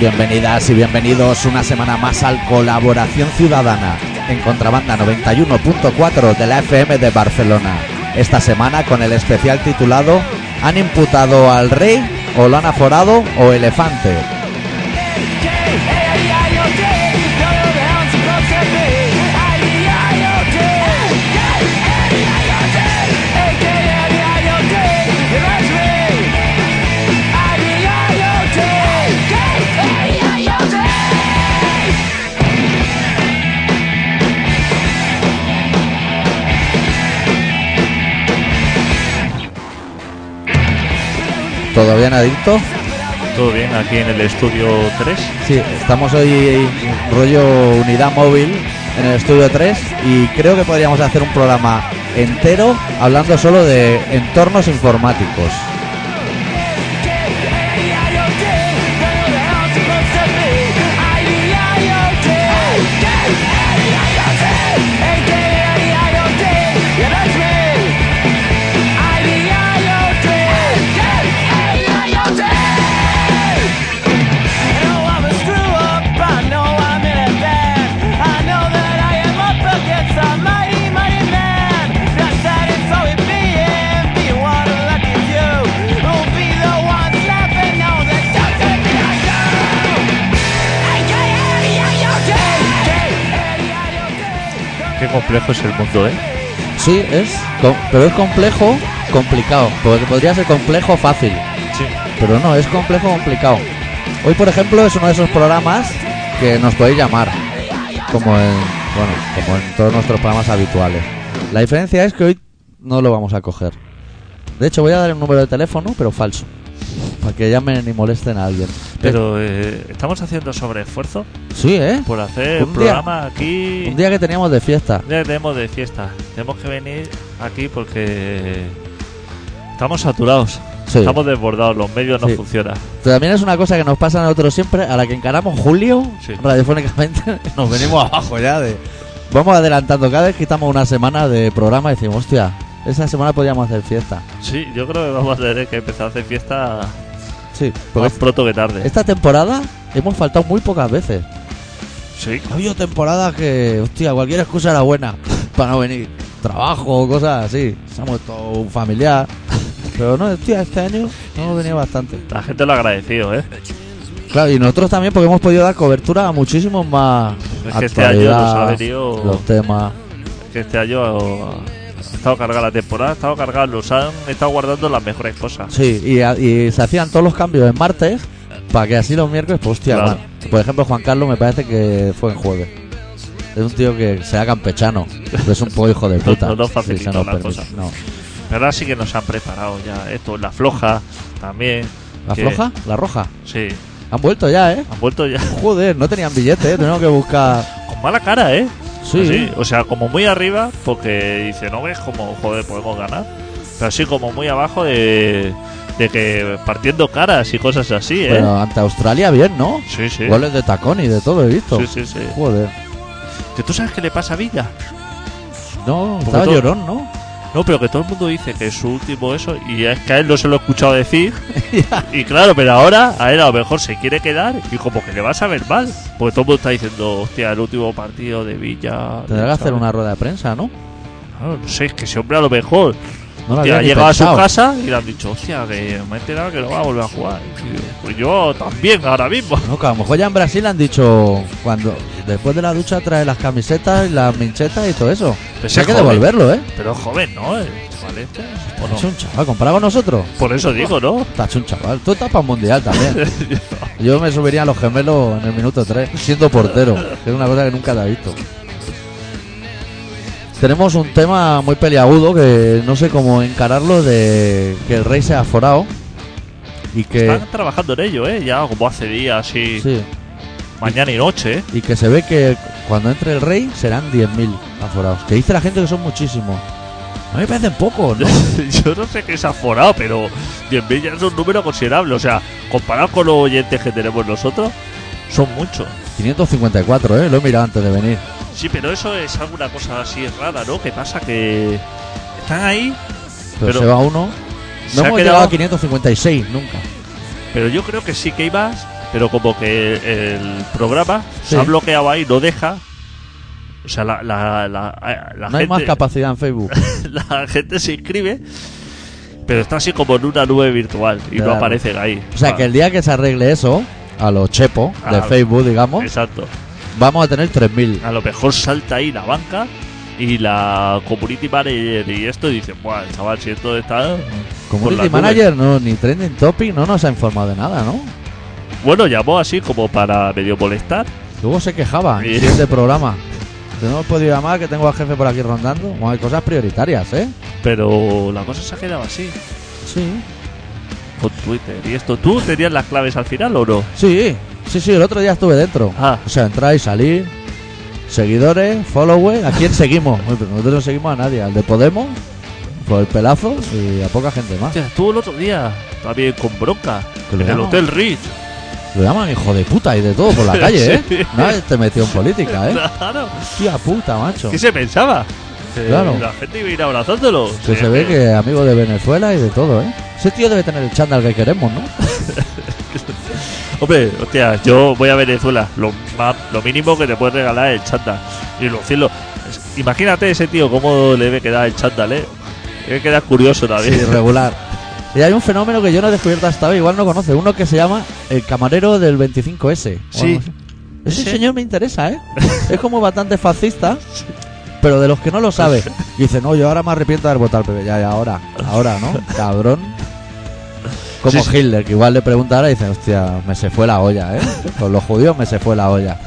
Bienvenidas y bienvenidos una semana más al Colaboración Ciudadana en Contrabanda 91.4 de la FM de Barcelona. Esta semana con el especial titulado ¿Han imputado al rey o lo han aforado o elefante? ¿Todo bien, Adicto? Todo bien, aquí en el estudio 3. Sí, estamos hoy rollo unidad móvil en el estudio 3 y creo que podríamos hacer un programa entero hablando solo de entornos informáticos. Qué complejo es el mundo, ¿eh? Sí, es, com- pero es complejo, complicado, porque podría ser complejo fácil, Sí. pero no, es complejo, complicado. Hoy, por ejemplo, es uno de esos programas que nos podéis llamar, como en, bueno, como en todos nuestros programas habituales. La diferencia es que hoy no lo vamos a coger. De hecho, voy a dar el número de teléfono, pero falso, para que llamen y molesten a alguien. Pero eh, estamos haciendo sobreesfuerzo Sí, ¿eh? por hacer Un un, día- programa aquí. Un día que teníamos de fiesta. Un día que tenemos de fiesta. Tenemos que venir aquí porque estamos saturados. Sí. Estamos desbordados, los medios Sí. no funcionan. También es una cosa que nos pasa a nosotros siempre, a la que encaramos julio, Sí. radiofónicamente, nos venimos abajo ya de... Vamos adelantando, cada vez quitamos una semana de programa y decimos, hostia, esa semana podríamos hacer fiesta. Sí, yo creo que vamos a tener que empezar a hacer fiesta Sí, porque más pronto que tarde. esta temporada hemos faltado muy pocas veces. Sí, Ha habido temporadas que, hostia, cualquier excusa era buena para no venir. Trabajo, cosas así. Se ha muerto un familiar. Pero no, hostia, este año hemos venido bastante. la gente lo ha agradecido, ¿eh? Claro, y nosotros también porque hemos podido dar cobertura a muchísimos más Es que este año actualidad, nos ha venido- los temas. Que este año ha, ha estado cargada la temporada, ha estado cargada, los han estado guardando las mejores cosas. Sí, y, a- y se hacían todos los cambios en martes para que así los miércoles, pues hostia, Claro. man. por ejemplo Juan Carlos me parece que fue en jueves. Es un tío que sea campechano, pero es un poco hijo de puta. No, no si facilita se nos la permite. cosa. No. Pero ahora sí que nos han preparado ya esto, la floja también. ¿La que- floja? ¿La roja? Sí, Han vuelto ya, ¿eh? han vuelto ya Joder, no tenían billete, ¿eh? Tenemos que buscar... con mala cara, ¿eh? Sí. Así, o sea, como muy arriba, porque dice, no ves como, joder, podemos ganar. Pero así como muy abajo de, de que partiendo caras y cosas así, ¿eh? Pero ante Australia bien, ¿no? sí, sí. Goles de tacón y de todo he visto. Sí, sí, sí. Joder. Que tú sabes qué le pasa a Villa. No, Porque estaba todo- llorón, ¿no? No, pero que todo el mundo dice que es su último eso, y es que a él no se lo he escuchado decir. y claro, pero ahora a él a lo mejor se quiere quedar y como que le va a saber mal. Porque todo el mundo está diciendo, hostia, el último partido de Villa. Tendrá que hacer ¿sabes? una rueda de prensa, ¿no? Claro, no sé, es que ese hombre a lo mejor No lo Hostia, había ha ni llegado a pensado. su casa y le han dicho, hostia, que me he enterado que no va a volver a jugar. Y yo, pues yo también, ahora mismo. No, que a lo mejor ya en Brasil han dicho cuando después de la ducha trae las camisetas y las minchetas y todo eso. hay Pero ese que joven- devolverlo, ¿eh? Pero es joven, ¿no? El chaval este, ¿o no? Es un chaval, comparado con nosotros. Por eso digo, ¿no? Estás un chaval. Tú estás para un mundial también. Yo me subiría a los gemelos en el minuto 3, siendo portero, que es una cosa que nunca te he visto. Tenemos un tema muy peliagudo que no sé cómo encararlo de que el rey sea aforado y que, Están trabajando en ello, ¿eh? Ya como hace días y Eh, sí, mañana y noche, ¿eh? y que se ve que cuando entre el rey serán 10.000 aforados. Que dice la gente que son muchísimos. A mí me parecen pocos, ¿no? Yo no sé qué es aforado, pero 10.000 ya es un número considerable. O sea, comparado con los oyentes que tenemos nosotros, son muchos. 554, ¿eh? Lo he mirado antes de venir. Sí, pero eso es alguna cosa así rara, ¿no? Que pasa que están ahí, Pero, Pero- se va uno. se No ha hemos quedado- llegado a 556 nunca. Pero yo creo que sí que ibas pero como que el programa Sí. se ha bloqueado ahí, no deja. O sea, la, la, la- la no hay más gente, capacidad en Facebook. la gente se inscribe, pero está así como en una nube virtual y Claro. no aparecen ahí. O sea, que el día que se arregle eso, a los chepo de Ah, Facebook, digamos, Exacto. vamos a tener 3.000. A lo mejor salta ahí la banca y la community manager y esto y dice, Buah, chaval, si esto está... por la Community nube". Manager, no, ni Trending Topic, no nos ha informado de nada, ¿no? Bueno, llamó así como para medio molestar. Luego se quejaba en Sí. el siguiente programa. Que no he podido llamar, que tengo al jefe por aquí rondando. Bueno, hay cosas prioritarias, ¿eh? Pero la cosa se ha quedado así, Sí. con Twitter. ¿Y esto tú tenías las claves al final o no? Sí, sí, sí, el otro día estuve dentro. Ah, O sea, entrar y salir. Seguidores, followers, ¿a quién seguimos? Uy, pero nosotros no seguimos a nadie, al de Podemos, por el pelazo y a poca gente más. hostia, estuvo el otro día también con bronca. Que lo En el llaman. Hotel Ritz. Lo llaman hijo de puta y de todo por la calle, Sí. ¿eh? Nadie te metió en política, ¿eh? Claro. Hostia puta, macho. ¿Qué se pensaba? Que Claro. La gente iba a ir abrazándolo. Que Sí, se ve eh, que amigo de Venezuela y de todo, ¿eh? Ese tío debe tener el chándal que queremos, ¿no? Hombre, hostia, yo voy a Venezuela. Lo, ma- lo mínimo que te puedes regalar es el chándal. Y los cielos. es- Imagínate ese tío cómo le debe quedar el chándal, eh. Debe quedar curioso también. Sí, regular. Y hay un fenómeno que yo no he descubierto hasta hoy, igual no conoce, uno que se llama el camarero del 25S. o Sí. algo así. Ese Ese. señor me interesa, ¿eh? Es como bastante fascista, pero de los que no lo sabe. Y dice, no, yo ahora me arrepiento de haber votado al PP. Ya, ya, ahora, ahora, ¿no? Cabrón. Como Sí, sí. Hitler, que igual le pregunta ahora y dice, hostia, me se fue la olla, ¿eh? Con los judíos me se fue la olla.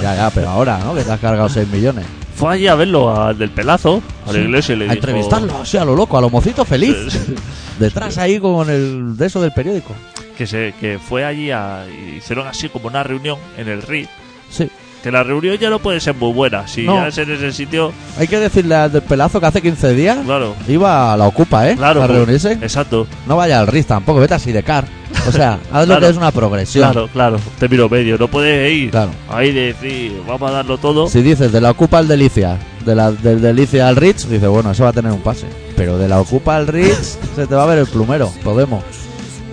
Ya, ya, pero ahora, ¿no? Que te has cargado 6 millones. Fue allí a verlo al del pelazo, a la Sí. iglesia y le A dijo- entrevistarlo, así a lo loco, a lo mocito feliz. Detrás ahí con el de eso del periódico. que se que fue allí a y hicieron así como una reunión en el RIT Sí. que la reunión ya no puede ser muy buena si No. ya es en ese sitio Hay que decirle al del pelazo que hace 15 días claro iba a la Ocupa, ¿eh? Claro, a pues, reunirse. exacto No vaya al RIS tampoco, vete a Sidecar. O sea, haz lo Claro. que es una progresión. claro claro término medio no puedes ir Claro. ahí de decir vamos a darlo todo Si dices de la Ocupa al Delicia, de la, del Delicia al Ritz, dices, bueno, eso va a tener un pase. Pero de la Ocupa al Ritz se te va a ver el plumero, Podemos.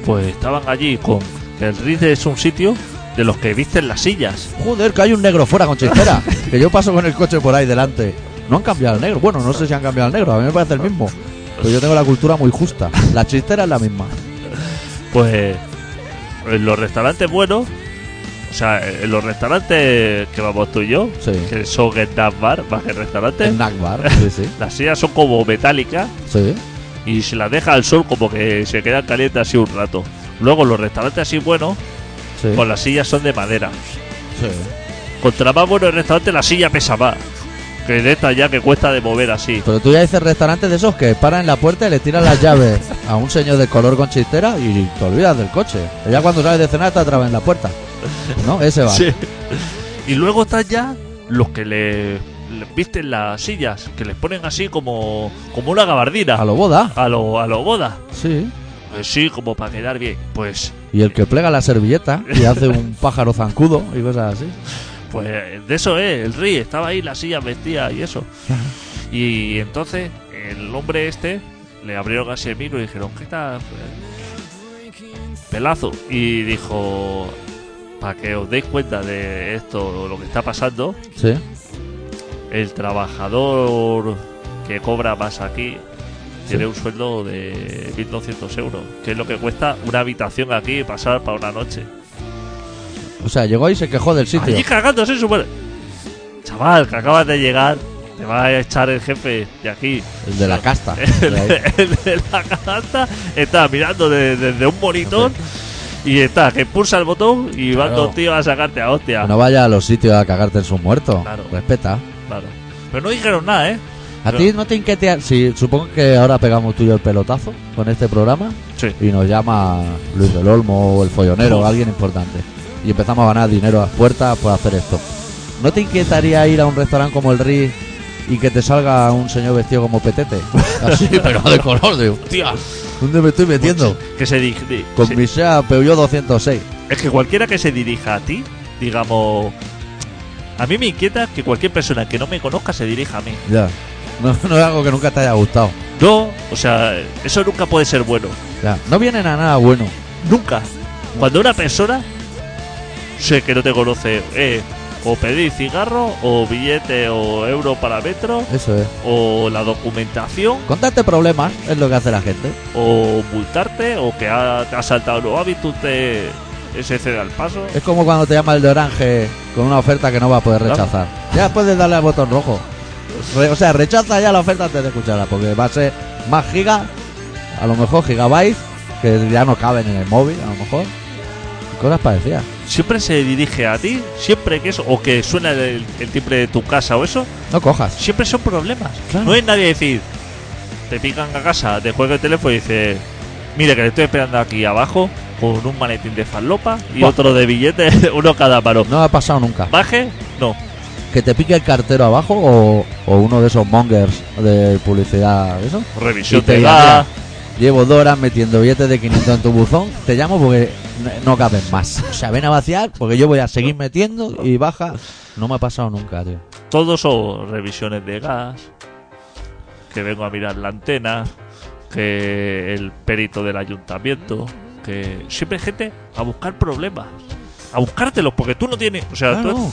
pues estaban allí con el RIT es un sitio de los que visten las sillas Joder, que hay un negro fuera con chistera. que yo paso con el coche por ahí delante. No han cambiado el negro. Bueno, no sé si han cambiado el negro, a mí me parece el mismo. Pero yo tengo la cultura muy justa. La chistera es la misma. pues en los restaurantes buenos o sea en los restaurantes que vamos tú y yo Sí. que son Gendaz Bar más que restaurantes En Nagbar, sí, sí. las sillas son como metálicas Sí. y se la deja al sol como que se queda caliente así un rato. Luego los restaurantes así buenos, Sí. con las sillas son de madera. Sí. Contra más bueno el restaurante, la silla pesa más. Que de esta ya que cuesta de mover así. Pero tú ya dices restaurantes de esos que paran en la puerta y le tiran las llaves a un señor de color con chistera y te olvidas del coche. Ya cuando sales de cenar está otra vez en la puerta. ¿No? Ese va. Sí. Y luego están ya los que le, le visten las sillas, que les ponen así como, como una gabardina. A lo boda. A lo, a lo boda. Sí. Pues sí, como para quedar bien. Pues, Y el que plega la servilleta y hace un pájaro zancudo y cosas así. pues de eso es, el rey. Estaba ahí las sillas vestidas y eso. Y entonces el hombre este le abrieron así el micro y dijeron, ¿qué tal? Pelazo. Y dijo, para que os deis cuenta de esto, lo que está pasando, Sí. el trabajador que cobra más aquí tiene un sueldo de 1.200 euros, que es lo que cuesta una habitación aquí y pasar para una noche. O sea, llegó y se quejó del sitio. Allí cagándose en su madre. Chaval, que acabas de llegar, te va a echar el jefe de aquí. El de la casta. el, De ahí. el de la canasta está mirando de- desde un monitor y está que pulsa el botón y van Claro. dos tíos a sacarte a hostia. Que No vaya a los sitios a cagarte en sus muertos. Claro. Respeta. Claro. Pero no dijeron nada, ¿eh? A Pero- ti no te inquietea. Sí, supongo que ahora pegamos tú y yo el pelotazo con este programa. Sí. y nos llama Luis del Olmo o el follonero o alguien importante y empezamos a ganar dinero a las puertas por hacer esto. ¿No te inquietaría ir a un restaurante como el Riz y que te salga un señor vestido como petete? Así, pero de color, de hostia, Pues ¿dónde me estoy metiendo? Que se di- di- Con se- mi SEA Peugeot 206. Es que cualquiera que se dirija a ti, digamos. A mí me inquieta que cualquier persona que no me conozca se dirija a mí. Ya. No, no es algo que nunca te haya gustado. No, o sea, eso nunca puede ser bueno. Ya. No vienen a nada bueno. Nunca. Cuando una persona sé que no te conoce, eh, o pedir cigarro, o billete, o euro para metro, Eso es. o la documentación, Contarte problemas es lo que hace la gente. o multarte, o que ha, te ha saltado los hábitos, te se cede al paso. Es como cuando te llama el de Orange con una oferta que no va a poder Claro. rechazar. Ya puedes darle al botón rojo. Re- o sea, rechaza ya la oferta antes de escucharla, porque va a ser más gigas, a lo mejor gigabytes, que ya no caben en el móvil, a lo mejor. Y Cosas parecidas. Siempre se dirige a ti, siempre que eso, o que suena el, el timbre de tu casa o eso, No cojas. siempre son problemas. Claro. No es nadie decir, te pican a casa, te juega el teléfono y dice, mire que le estoy esperando aquí abajo con un maletín de falopa y Buah. otro de billetes, uno cada paro. No ha pasado nunca. ¿Baje? No. Que te pique el cartero abajo o, o uno de esos mongers de publicidad, eso. Revisión Y te de diga, edad. Llevo dos horas metiendo billetes de 500 en tu buzón. Te llamo porque n- no caben más. O sea, ven a vaciar porque yo voy a seguir metiendo y baja. No me ha pasado nunca, tío. Todos son revisiones de gas. Que vengo a mirar la antena. Que el perito del ayuntamiento. Que siempre hay gente a buscar problemas. A buscártelos, porque tú no tienes. O sea, tú, Claro.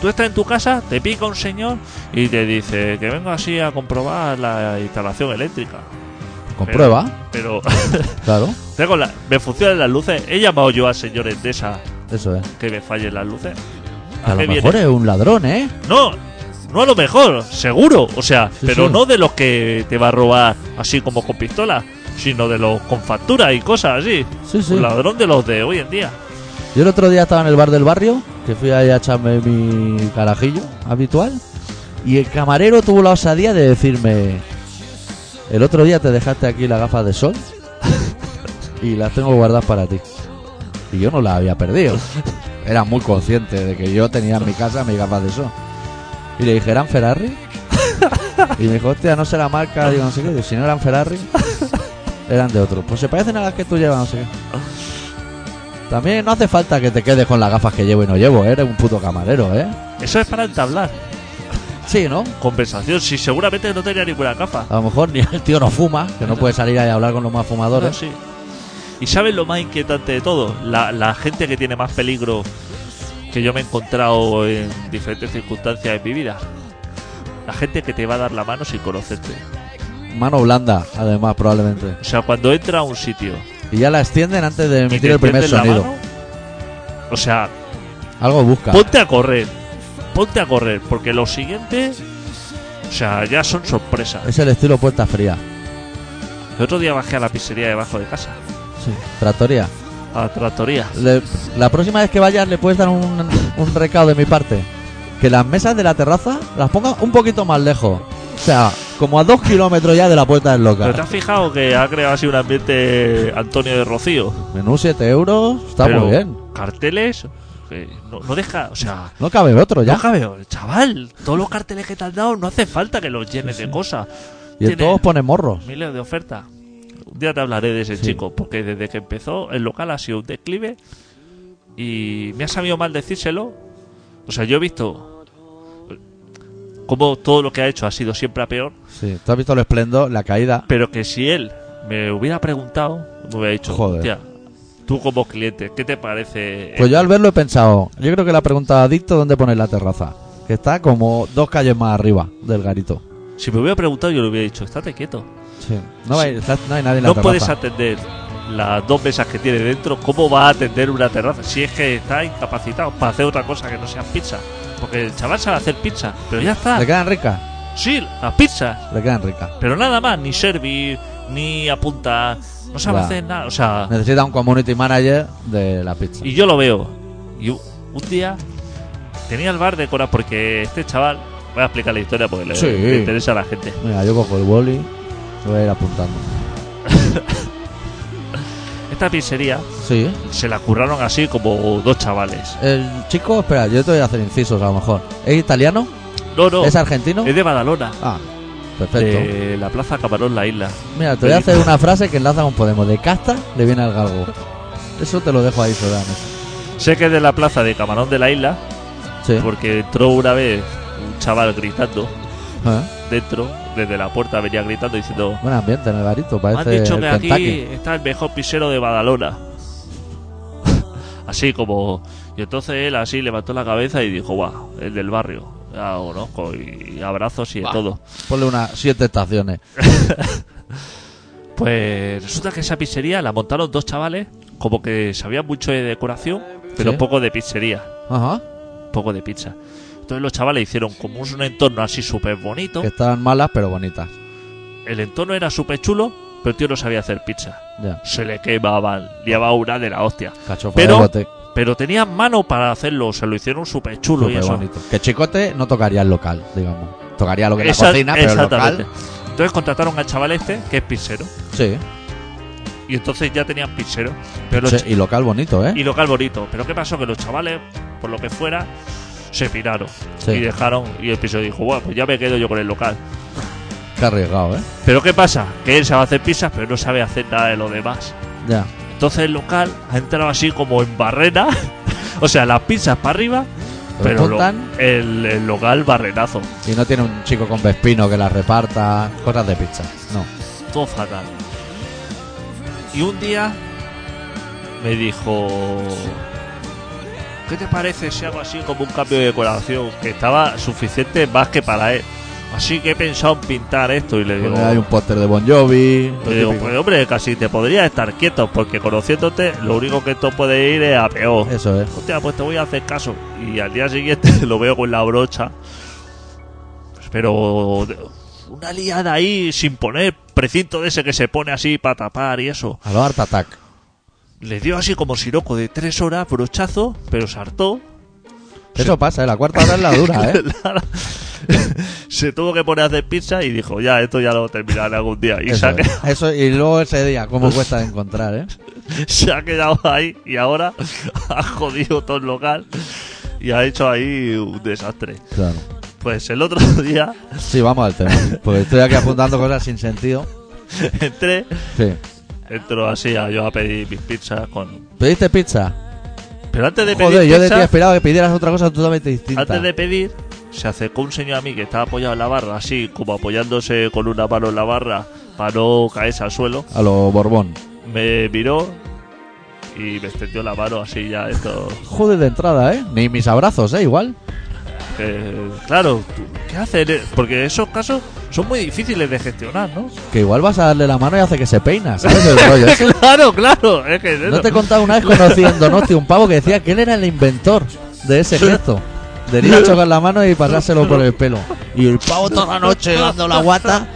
tú estás en tu casa, te pica un señor y te dice que vengo así a comprobar la instalación eléctrica. Pues Comprueba, Pero claro. tengo la, me funcionan las luces. He llamado yo al señor Endesa Eso es. que me fallen las luces. A qué lo viene? mejor es un ladrón, ¿eh? No, no a lo mejor, seguro. O sea, Sí, pero sí. no de los que te va a robar así como con pistola, sino de los con factura y cosas así. Sí, sí. Un ladrón de los de hoy en día. Yo el otro día estaba en el bar del barrio, que fui ahí a echarme mi carajillo habitual, y el camarero tuvo la osadía de decirme, el otro día te dejaste aquí las gafas de sol y las tengo guardadas para ti. Y yo no las había perdido. Era muy consciente de que yo tenía en mi casa mis gafas de sol. Y le dije, ¿eran Ferrari? Y me dijo, hostia, no será marca, digo, no sé qué. Digo, si no eran Ferrari, eran de otro. Pues se parecen a las que tú llevas, no sé qué. También no hace falta que te quedes con las gafas que llevo y no llevo, ¿eh? eres un puto camarero, ¿eh? Eso es para entablar Sí, ¿no? conversación. Si seguramente no tenía ninguna capa. A lo mejor ni el tío no fuma, que no puede salir ahí a hablar con los más Ah, fumadores. sí. ¿Y sabes lo más inquietante de todo? La, la gente que tiene más peligro que yo me he encontrado en diferentes circunstancias en mi vida. La gente que te va a dar la mano sin conocerte. Mano blanda, además, probablemente. O sea, cuando entra a un sitio Y ya la extienden antes de y emitir te el primer tienden la sonido. mano, o sea, Algo busca. ponte a correr. Ponte a correr, porque lo siguiente. O sea, ya son sorpresas. Es el estilo puerta fría. El otro día bajé a la pizzería debajo de casa, Sí. Tractoría. a la tractoría. Le- la próxima vez que vayas le puedes dar un, un recado de mi parte. Que las mesas de la terraza las pongas un poquito más lejos. O sea, como a dos kilómetros ya de la puerta del ¿Pero te local. has fijado que ha creado así un ambiente Antonio de Rocío? Menú 7 euros, está Pero muy bien. Carteles, que no, no deja, o sea, No cabe otro ya. no cabe, chaval, todos los carteles que te han dado no hace falta que los llenes de cosas. Y en Tiene- todos pone morros. Miles de ofertas. Un día te hablaré de ese Sí. chico, porque desde que empezó el local ha sido un declive y me ha sabido mal decírselo. O sea, yo he visto cómo todo lo que ha hecho ha sido siempre a peor, Sí, tú has visto el esplendor, la caída. pero que si él me hubiera preguntado, me hubiera dicho, Joder. "Hostia, tú como cliente, ¿qué te parece? Pues yo al verlo he pensado, yo creo que la pregunta adicto dónde poner la terraza, que está como dos calles más arriba del garito. Si me hubiera preguntado, yo le hubiera dicho, estate quieto. Sí. No, hay, está- no hay nadie en la No terraza. puedes atender las dos mesas que tiene dentro. ¿Cómo va a atender una terraza? Si es que está incapacitado para hacer otra cosa que no sea pizza. Porque el chaval sabe hacer pizza, pero ya está. Le quedan ricas, Sí, las pizzas, le quedan ricas. pero nada más. Ni servir, ni apuntar. No sabe Ya. hacer nada. O sea, Necesita un community manager de la pizza. y yo lo veo. Y un un día tenía el bar de Cora porque este chaval. Voy a explicar la historia porque le- Sí. le interesa a la gente. Mira, yo cojo el boli, lo voy a ir apuntando. Esta pizzería Sí. se la curraron así como dos chavales. El chico, espera, yo te voy a hacer incisos a lo mejor. ¿Es italiano? No, no. ¿Es argentino? Es de Badalona. Ah, perfecto. de la Plaza Camarón La Isla. Mira, te voy a hacer una frase que enlaza con Podemos. De casta le viene al galgo. Eso te lo dejo ahí, Sodano. Sé que es de la Plaza de Camarón de la Isla Sí. porque entró una vez un chaval gritando Ah, dentro, desde la puerta venía gritando diciendo Buen ambiente en el garito, Me parece han dicho el que aquí Kentucky. está el mejor pisero de Badalona. Así como Y entonces él así levantó la cabeza y dijo, guau, el del barrio, ya lo conozco, y abrazos y de Buah. todo. Ponle unas siete estaciones. Pues resulta que esa pizzería la montaron dos chavales, como que sabían mucho de decoración, pero Sí. poco de pizzería, Ajá. poco de pizza. Entonces los chavales hicieron como un entorno así súper bonito. Que estaban malas, pero bonitas. El entorno era súper chulo, pero el tío no sabía hacer pizza. Ya. Se le quemaban, llevaba una de la hostia. Cachofa Pero- de bote. Pero tenían mano para hacerlo, se lo hicieron súper chulo y Súper eso. bonito. Que Chicote no tocaría el local, digamos. Tocaría lo que es Esa- la cocina, pero el exactamente. local. Entonces contrataron al chaval este, que es pizzero. Sí. Y entonces ya tenían pizzero. Pero los Sí, Y local bonito, ¿eh? y local bonito. Pero ¿qué pasó? Que los chavales, por lo que fuera, se piraron. Sí. Y dejaron, y el piso dijo, bueno, pues ya me quedo yo con el local. Qué arriesgado, ¿eh? Pero ¿qué pasa? Que él sabe hacer pizzas, pero no sabe hacer nada de lo demás. Ya. Entonces el local ha entrado así como en barrena. o sea, las pizzas para arriba, pero lo- Repuntan el, el local barrenazo. y no tiene un chico con vespino que la reparta. Cosas de pizza. No. Todo fatal. Y un día me dijo... ¿Qué te parece si hago así como un cambio de decoración? Que estaba suficiente más que para él. Así que he pensado en pintar esto y le digo... Poner Pues ahí un póster de Bon Jovi. lo le digo, típico. pues hombre, casi te podrías estar quieto porque conociéndote lo único que esto puede ir es a peor. Eso es. Hostia, pues te voy a hacer caso. Y al día siguiente lo veo con la brocha. Pues, Pero de- una liada ahí sin poner precinto de ese que se pone así para tapar y eso. A lo Art Attack. Le dio así como siroco de tres horas, brochazo, pero saltó. Eso pasa, ¿eh? La cuarta hora es la dura, ¿eh? se tuvo que poner a hacer pizza y dijo, ya, esto ya lo terminaré algún día. Y se Eso, ha, es. Eso- y luego ese día, ¿cómo cuesta de encontrar, eh? se ha quedado ahí y ahora ha jodido todo el local y ha hecho ahí un desastre. Claro. Pues el otro día Sí, vamos al tema. Porque estoy aquí apuntando cosas sin sentido. entré Sí. Entro así a yo a pedir mis pizzas con. ¿Pediste pizza? Pero antes de Joder, pedir yo de ti pizza, esperaba que pidieras otra cosa totalmente distinta. antes de pedir, se acercó un señor a mí que estaba apoyado en la barra, así como apoyándose con una mano en la barra para no caerse al suelo. A lo Borbón. Me miró y me extendió la mano así ya esto. Joder, de entrada, ¿eh? Ni mis abrazos, ¿eh? Igual. eh, claro, tú, ¿qué hacer? Porque esos casos son muy difíciles de gestionar, ¿no? Que igual vas a darle la mano y hace que se peina, ¿sabes? El rollo ese. claro, claro. Es que ¿No te he contado una vez conociendo, ¿no? un pavo que decía que él era el inventor de ese gesto. De ir a chocar la mano y pasárselo por el pelo. Y el pavo toda la noche dando la guata.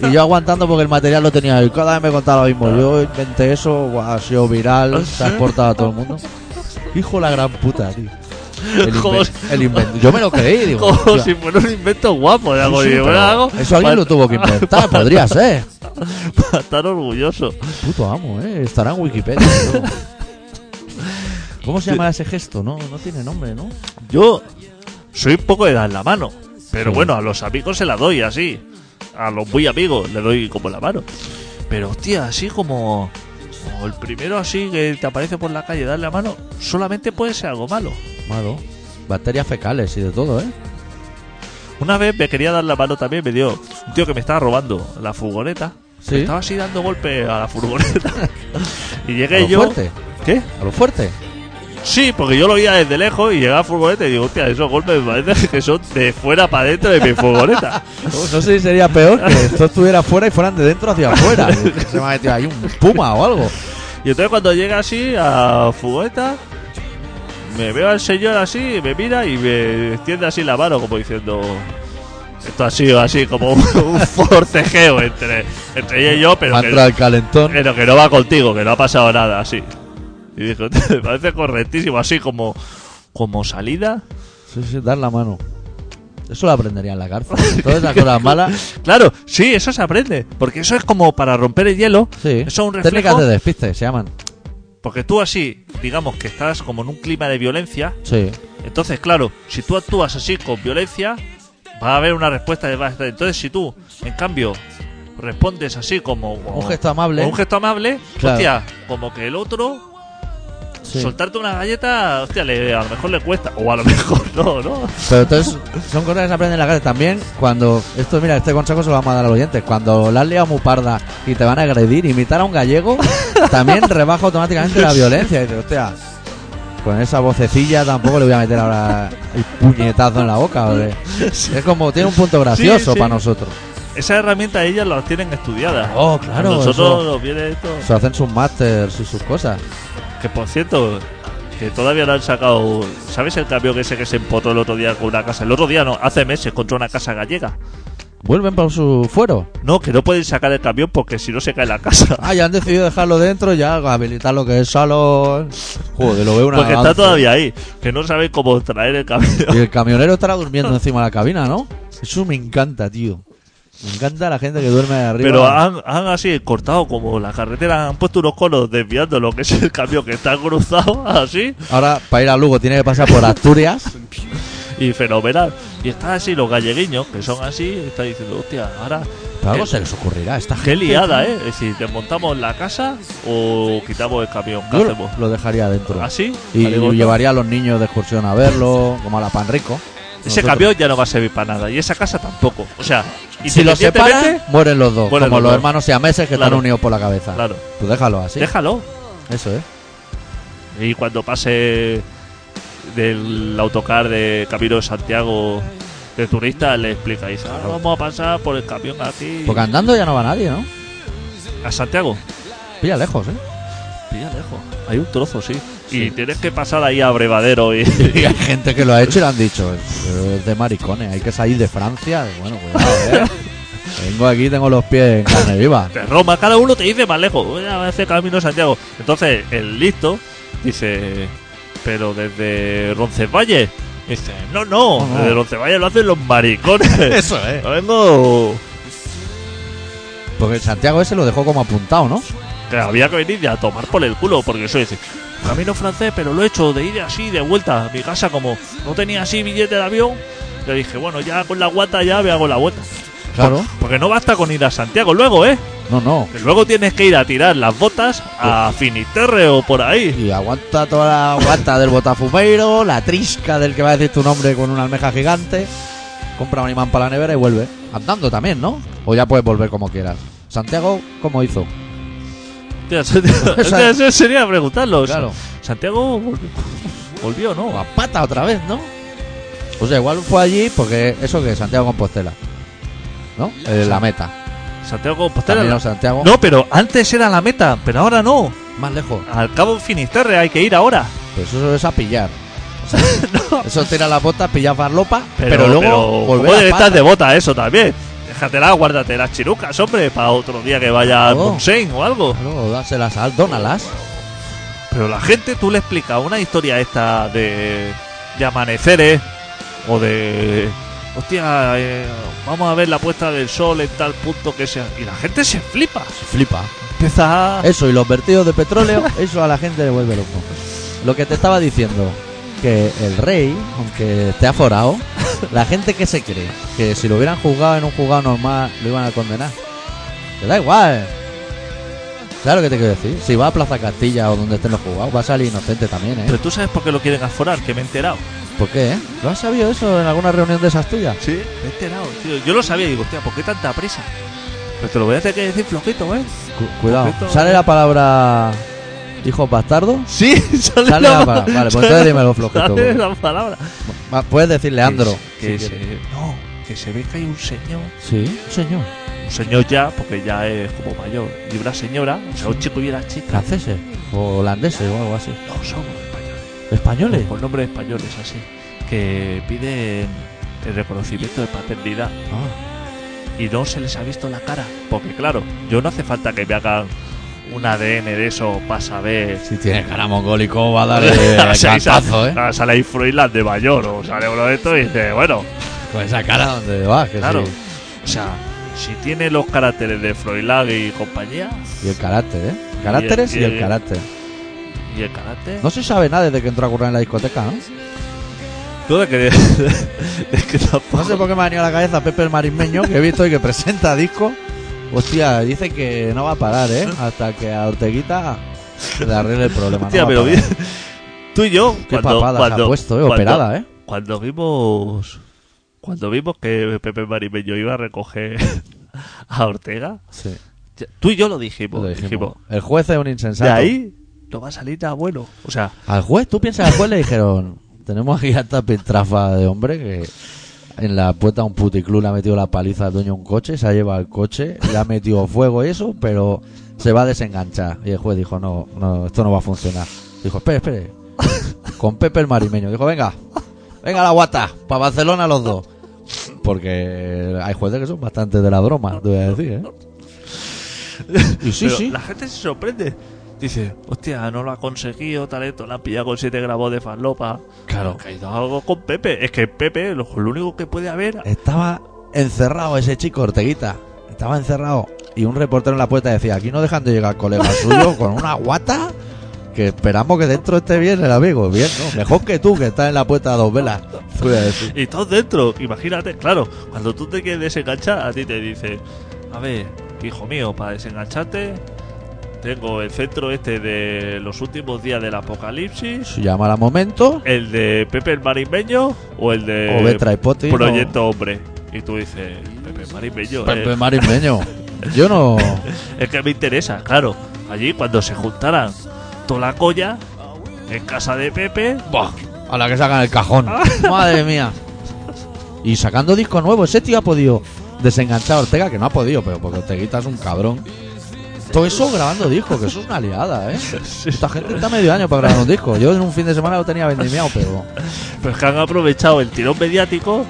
Y yo aguantando porque el material lo tenía. Y cada vez me contaba lo mismo. Yo inventé eso, guau, ha sido viral, se ha exportado a todo el mundo. Hijo de la gran puta, tío. El, inven- Como si- el invento. Yo me lo creí, digo. Como hostia, si fuera un invento guapo de algo. sí, digo, pero bueno, algo Eso alguien para- lo tuvo que inventar, podría ser. para estar orgulloso. Puto amo, eh. Estará en Wikipedia. ¿no? ¿Cómo se llama ese gesto? No, no tiene nombre, ¿no? Yo soy un poco de dar la mano, pero Sí. bueno, a los amigos se la doy así. A los muy amigos le doy como la mano. Pero hostia, así como, como el primero así que te aparece por la calle darle la mano, solamente puede ser algo malo. Malo. Bacterias fecales y de todo, ¿eh? Una vez me quería dar la mano también, me dio un tío que me estaba robando la furgoneta. Sí. Estaba así dando golpe a la furgoneta. y A llegué lo yo. fuerte. ¿Qué? A lo fuerte. Sí, porque yo lo veía desde lejos y llegaba a la furgoneta y digo, hostia, esos golpes me parece que son de fuera para dentro de mi furgoneta. No sé si sería peor que esto estuviera fuera y fueran de dentro hacia afuera. Que se me ha metido ahí un puma o algo. Y entonces cuando llega así a Fugeta, me veo al señor así, me mira y me extiende así la mano como diciendo... Esto ha sido así como un, un forcejeo entre, entre ella y yo, pero Entra que, el calentón. pero que no va contigo, que no ha pasado nada así. Y dijo, me parece correctísimo, así como, como salida. Sí, sí, dar la mano. Eso lo aprendería en la cárcel. Todas esas cosas malas. Claro, sí, eso se aprende, porque eso es como para romper el hielo. Sí. Eso es un reflejo. Técnicas de despiste, se llaman. Porque tú así, digamos que estás como en un clima de violencia, Sí. Entonces, claro, si tú actúas así con violencia, va a haber una respuesta. de- va a estar- Entonces, si tú, en cambio, respondes así como Un gesto amable. con un gesto amable, Claro. hostia, como que el otro Sí. soltarte una galleta, hostia, le- a lo mejor le cuesta, o a lo mejor no, ¿no? Pero entonces son cosas que se aprenden en la calle también cuando esto mira este consejo se lo vamos a dar al oyente cuando la has liado muy parda y te van a agredir imitar a un gallego también rebaja automáticamente la violencia y dices hostia Con esa vocecilla tampoco le voy a meter ahora el puñetazo en la boca. ¿vale? Es como, tiene un punto gracioso Sí, sí. para nosotros. Esas herramientas ellas las tienen estudiadas. Oh, claro, A eso- Nosotros nos viene esto. Se hacen sus masters y sus cosas. Que por cierto, que todavía no han sacado. ¿Sabes el camión ese que se empotó el otro día con una casa? El otro día no, hace meses contra una casa gallega. Vuelven por su fuero. No, que no pueden sacar el camión porque si no se cae la casa. Ah, ya han decidido dejarlo dentro, ya habilitar lo que es salón. Joder, lo veo una porque está gancia. todavía ahí. Que no saben cómo traer el camión. Y el camionero estará durmiendo encima de la cabina, ¿no? Eso me encanta, tío. Me encanta la gente que duerme arriba. Pero ah. han, han así cortado como la carretera, han puesto unos conos desviando lo que es el camión que está cruzado, así, Ahora, para ir a Lugo, tiene que pasar por Asturias. y fenomenal. Y están así los galleguiños, que son así, y están diciendo, hostia, ahora Pero algo se les ocurrirá a esta gente. Qué liada, ¿eh? Es decir, ¿desmontamos la casa o quitamos el camión? ¿Qué Yo hacemos? lo dejaría dentro. ¿Así? Y Vale, bueno. llevaría a los niños de excursión a verlo, como a la pan rico. Ese Nosotros- camión ya no va a servir para nada y esa casa tampoco. O sea, Si lo independientemente- separan, mueren los dos. mueren como los los dos. hermanos siameses que Claro. están unidos por la cabeza. Claro, Pues déjalo así. déjalo. Eso ¿eh? es. Y cuando pase del autocar de Camino de Santiago de turista, le explica: dice, ahora vamos a pasar por el camión aquí. Porque andando ya no va nadie, ¿no? A Santiago. Pilla lejos, ¿eh? Pilla lejos. Hay un trozo, sí. Y tienes que pasar ahí a Brevadero y. Y hay gente que lo ha hecho y le han dicho, "Eh, es de maricones, hay que salir de Francia. Y Bueno, cuidado, ¿eh? Vengo aquí, tengo los pies en carne viva. de Roma, cada uno te dice más lejos, voy a hacer camino a Santiago. Entonces, el listo dice, pero desde Roncesvalles. Y Dice, no, no, No, no. desde Roncesvalles lo hacen los maricones. Eso es. Yo vengo. Porque el Santiago ese lo dejó como apuntado, ¿no? Que había que venir ya a tomar por el culo, porque soy dice, camino francés, pero lo he hecho de ir así, de vuelta a mi casa, como no tenía así billete de avión. Le dije, bueno, ya con la guata ya me hago la vuelta. Claro. Porque no basta con ir a Santiago luego, ¿eh? No, no. Que luego tienes que ir a tirar las botas a Finisterre o por ahí. Y aguanta toda la guata del botafumeiro, la trisca del que va a decir tu nombre con una almeja gigante. Compra un imán para la nevera y vuelve. Andando también, ¿no? O ya puedes volver como quieras. Santiago, ¿cómo hizo? Hostia, Santiago- Esa- Eso sería preguntarlo. o sea, Claro. Santiago volvió, volvió, O ¿no? a pata otra vez, ¿no? O sea, igual fue allí porque eso que es Santiago Compostela. ¿No? Eh, la meta. Santiago Compostela. También Santiago. No, pero antes era la meta, pero ahora no. Más lejos. Al cabo Finisterre hay que ir ahora. Pues eso es a pillar. No, Eso tira la bota, pillar farlopa, pero, pero, luego pero volver ¿cómo a debe pata. estar de bota eso también? Déjatela, guárdate las chirucas, hombre, para otro día que vaya al Claro. Monsen o algo. Claro, dáselas al, dónalas. Pero la gente, tú le explicas una historia esta de, de amaneceres o de. Hostia, eh, vamos a ver la puesta del sol en tal punto que sea. Y la gente se flipa. Flipa. Empieza. Eso y los vertidos de petróleo, eso a la gente le vuelve loco. Lo que te estaba diciendo, que el rey, aunque esté aforado, la gente que se cree, que si lo hubieran juzgado en un juzgado normal, lo iban a condenar. Que da igual. Claro que te quiero decir. Si va a Plaza Castilla o donde estén los juzgados, va a salir inocente también, ¿eh? Pero tú sabes por qué lo quieren aforar, que me he enterado. ¿Por qué, eh? ¿Lo has sabido eso en alguna reunión de esas tuyas? Sí. Me he enterado, tío. Yo lo sabía y digo, hostia, ¿por qué tanta prisa? Pero te lo voy a tener que decir flojito, ¿eh? Cu- cuidado. Poquito. ¿Sale la palabra hijos bastardos? Sí, sale, Sale la palabra. Vale, pues entonces dímelo flojito. Sale porque- la palabra. Va, Ah, Puedes decir Leandro. Que, si se, quieres. no, que se ve que hay un señor. Sí, señor. Un señor ya, porque ya es como mayor. Y una señora, o sea, un chico y una chica. franceses o holandeses o algo así. No, son españoles. Españoles. Con nombres españoles, así. Que piden el reconocimiento de paternidad. Ah, y no se les ha visto la cara. Porque claro, yo no hace falta que me hagan un ADN de eso para saber. si tiene cara mongólico va a dar el O sea, y sa- cantazo, ¿eh? ah, Sale ahí Froilán de mayor o sale uno de estos y dice, bueno, Con esa cara donde vas, que claro. sí. O sea, si tiene los caracteres de Froilán y compañía Y el carácter, ¿eh? Caracteres y Y el, el- carácter. y el carácter. No se sabe nada desde que entró a currar en la discoteca, ¿no? Tú de que, es que tampoco. No sé por qué me ha venido a la cabeza Pepe el Marismeño, que he visto y que presenta disco. Hostia, dice que no va a parar, ¿eh? Hasta que a Orteguita le arregle el problema. no Hostia, va a pero parar. bien. Tú y yo, Qué cuando, papada se cuando, ha puesto, ¿eh? cuando- Operada, ¿eh? cuando vimos cuando vimos que Pepe Marimeño iba a recoger a Ortega, Sí, Ya, Tú y yo lo dijimos. lo dijimos. dijimos. El juez es un insensato. De ahí no va a salir nada bueno. O sea, Al juez, tú piensas, al juez le dijeron, tenemos aquí a esta piltrafa de hombre que en la puerta de un puticlub le ha metido la paliza al dueño de un coche, se ha llevado el coche, le ha metido fuego y eso, pero se va a desenganchar. Y el juez dijo, no, no, esto no va a funcionar. Dijo, espere, espere. Con Pepe el marimeño. Dijo, venga, venga la guata, para Barcelona los dos. Porque hay jueces que son bastante de la broma, te voy a decir, ¿eh? Y sí, pero sí. la gente se sorprende. Dice, hostia, no lo ha conseguido, tal, esto, la han pillado con 7 gramos de farlopa. Claro. Ha caído algo con Pepe. Es que Pepe, lo, lo único que puede haber. Estaba encerrado ese chico, Orteguita. Estaba encerrado. Y un reportero en la puerta decía, aquí no dejan de llegar colegas suyos con una guata que esperamos que dentro esté bien el amigo. Bien, ¿no? Mejor que tú, que estás en la puerta a dos velas. Te voy a decir. Y todos dentro, imagínate, claro, cuando tú te quieres desenganchar, a ti te dice, a ver, hijo mío, para desengancharte, tengo el centro este de los últimos días del apocalipsis, Si llama al momento, el de Pepe el Marimbeño o el de o Betra y Poti, Eh, Proyecto Hombre. Y tú dices, Pepe el Marimbeño, o- eh, Pepe Marismeño. Yo no... es que me interesa, claro. Allí cuando se juntaran toda la colla en casa de Pepe, ¡buah! A la que sacan el cajón. Madre mía. Y sacando disco nuevo, ese tío ha podido desenganchar a Ortega, que no ha podido, pero porque Orteguita es un cabrón. Todo eso grabando disco, que eso es una liada, ¿eh? Esta gente está medio año para grabar un disco. Yo en un fin de semana lo tenía vendimiado, pero. Pero es pues que han aprovechado el tirón mediático.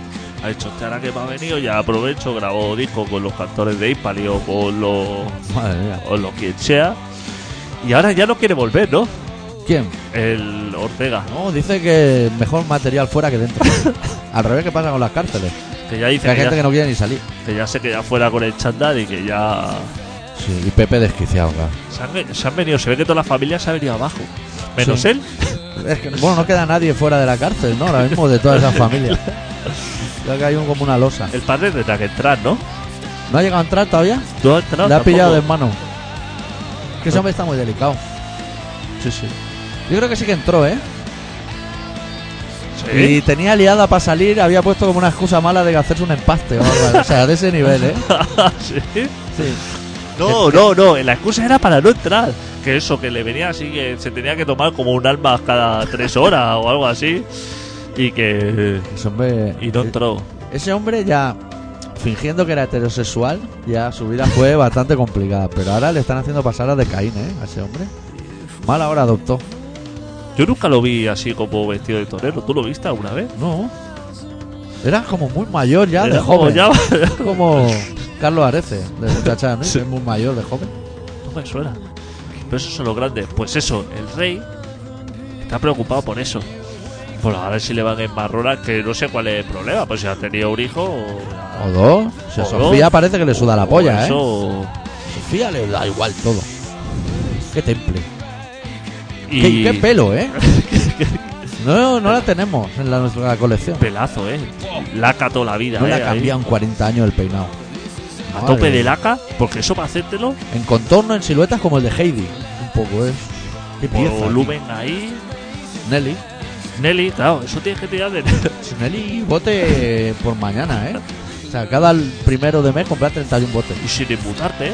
Ha dicho, "Hostia, ahora que me ha venido, ya aprovecho, grabo disco con los cantores de Hispali o con los. Madre mía. o lo quien sea. Y ahora ya no quiere volver, ¿no? ¿Quién? El Ortega, No, dice que mejor material fuera que dentro. Al revés que pasa con las cárceles. que ya Que dice hay que ya, gente que no quiere ni salir. que ya se queda fuera con el chandal y que ya. Sí, y Pepe desquiciado, claro. Se han, ve- se han venido, se ve que toda la familia se ha venido abajo. Menos Sí. él. Es que, bueno, no queda nadie fuera de la cárcel, ¿no? Ahora mismo de toda esa familia. Ya que hay un, como una losa. El padre tendrá que entrar, ¿no? ¿No ha llegado a entrar todavía? ¿Tú has entrado? Le ha Tampoco. pillado de mano. Que ese hombre está muy delicado. Sí, sí. Yo creo que sí que entró, ¿eh? Sí. Y tenía liada para salir, había puesto como una excusa mala de hacerse un empaste. o algo, o sea, de ese nivel, ¿eh? Ah, Sí. Sí. No, no, no, la excusa era para no entrar. Que eso, que le venía así, que se tenía que tomar como un alma cada tres horas o algo así. Y que. Ese hombre, e, Y no entró. ese hombre ya, fingiendo que era heterosexual, ya su vida fue bastante complicada. Pero ahora le están haciendo pasar a de Caín, ¿eh? A ese hombre. Mala hora adoptó. Yo nunca lo vi así como vestido de torero. ¿Tú lo viste alguna vez? No. Era como muy mayor ya, de Era como joven. oh, ya- Como Carlos Arece, de muchacha, ¿no? Sí. Es muy mayor, de joven. No me suena. Pero esos son los grandes. Pues eso, el rey está preocupado por eso. Bueno, ahora si le van en marrona, que no sé cuál es el problema. Pues si ha tenido un hijo o. O dos. Si a O Sofía dos. parece que le suda la polla, eso, ¿eh? o- Sofía le da igual todo. Qué temple. Y... Qué, qué pelo, ¿eh? No, no la tenemos en la, nuestra colección. pelazo, eh. Laca toda la vida. No eh, la ahí. cambian 40 años el peinado. A Madre tope de mía. laca, porque eso para hacértelo, En contorno, en siluetas como el de Heidi. Un poco, ¿eh? Qué pieza. volumen ahí. Nelly. Nelly, claro, eso tienes que tirar de Nelly, bote por mañana, ¿eh? O sea, cada primero de mes comprar 31 botes. Y sin imputarte, eh.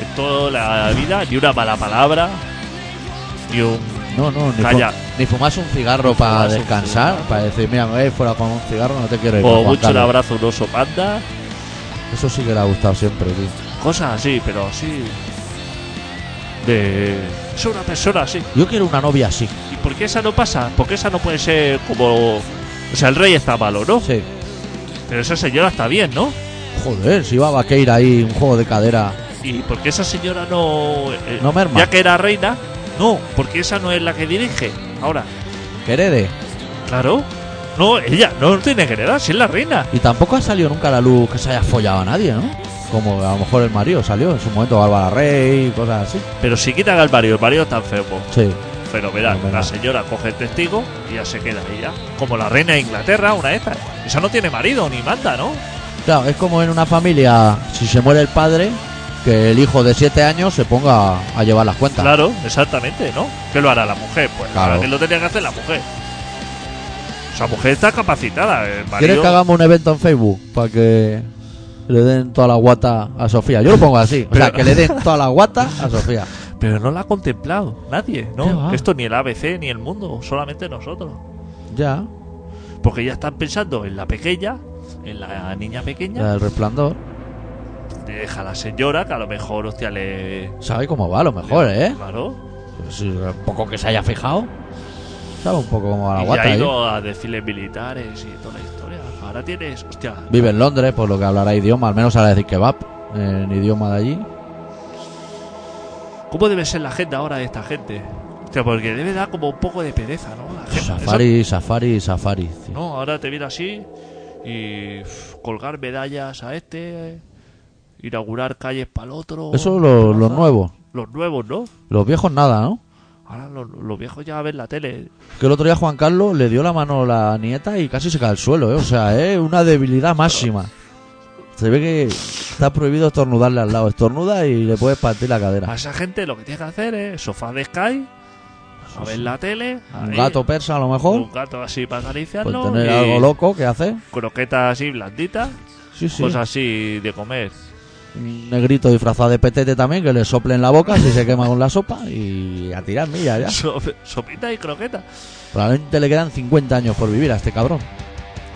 En toda la vida, ni una mala palabra, ni un. No, no, ni, Calla. fu- ni fumarse un cigarro para Fumarse un descansar, cigarro. para decir, mira, me voy a ir fuera con un cigarro, no te quiero ir. con O Juan mucho un Carlos". abrazo, un oso panda, Eso sí que le ha gustado siempre, tío. cosas así, pero así. De. Es una persona así. Yo quiero una novia así. ¿Y por qué esa no pasa? Porque esa no puede ser como. O sea, el rey está malo, ¿no? Sí. Pero esa señora está bien, ¿no? Joder, si va a Vaqueira ahí, un juego de cadera. ¿Y por qué esa señora no. eh, No merma. Ya que era reina, no, porque esa no es la que dirige. Ahora, Que herede. claro. No, ella no tiene que heredar, si es la reina. Y tampoco ha salido nunca a la luz que se haya follado a nadie, ¿no? Como a lo mejor el marido salió en su momento Bárbara Rey y cosas así. Pero si quitan al marido, el marido está enfermo. Sí. Fenomenal. Fenomenal. La señora coge el testigo y ya se queda ella. Como la reina de Inglaterra, una de estas. Esa no tiene marido ni manda, ¿no? Claro, es como en una familia, si se muere el padre, que el hijo de 7 años se ponga a llevar las cuentas. Claro, exactamente, ¿no? ¿Qué lo hará la mujer? Pues Claro. ahora que lo tenía que hacer la mujer. Esa mujer está capacitada. El ¿Quieres marido. que hagamos un evento en Facebook para que le den toda la guata a Sofía? Yo lo pongo así. O sea, Pero- que le den toda la guata a Sofía. Pero no la ha contemplado nadie, ¿Qué ¿no? va? Esto ni el ABC ni el mundo, solamente nosotros. Ya, Porque ya están pensando en la pequeña, en la niña la pequeña. del resplandor. Deja a la señora, que a lo mejor, hostia, le. Sabe cómo va, a lo mejor, ¿eh? Claro. Si un poco que se haya fijado. Sabe un poco cómo va la Y ya guata ha ahí. ido a desfiles militares y toda la historia. Ahora tienes, hostia, Vive en Londres, por lo que hablará idioma, al menos sabrá decir kebab en idioma de allí. ¿cómo debe ser la agenda ahora de esta gente? Hostia, porque debe dar como un poco de pereza, ¿no? La agenda. Safari, safari, safari. sí. No, ahora te viene así y uf, colgar medallas a este, inaugurar calles para el otro. Eso lo, lo plazas. nuevo. Los nuevos, ¿no? Los viejos nada, ¿no? Ahora los, los viejos ya ven la tele. Que el otro día Juan Carlos le dio la mano a la nieta y casi se cae al suelo, ¿eh? O sea, es una debilidad máxima. Se ve que está prohibido estornudarle al lado. Estornuda y le puedes partir la A cadera. esa gente lo que tiene que hacer es sofá de Sky, a ver la tele. Un ahí, gato persa a lo mejor. Un gato así para Pues acariciarlo. tener y algo loco que hacer. Croquetas así blanditas, Sí, sí. cosas así de comer. Un negrito disfrazado de petete también que le sople en la boca si se quema con la sopa y a tirar millas ya. So- sopita y croqueta. Probablemente le quedan 50 años por vivir a este cabrón.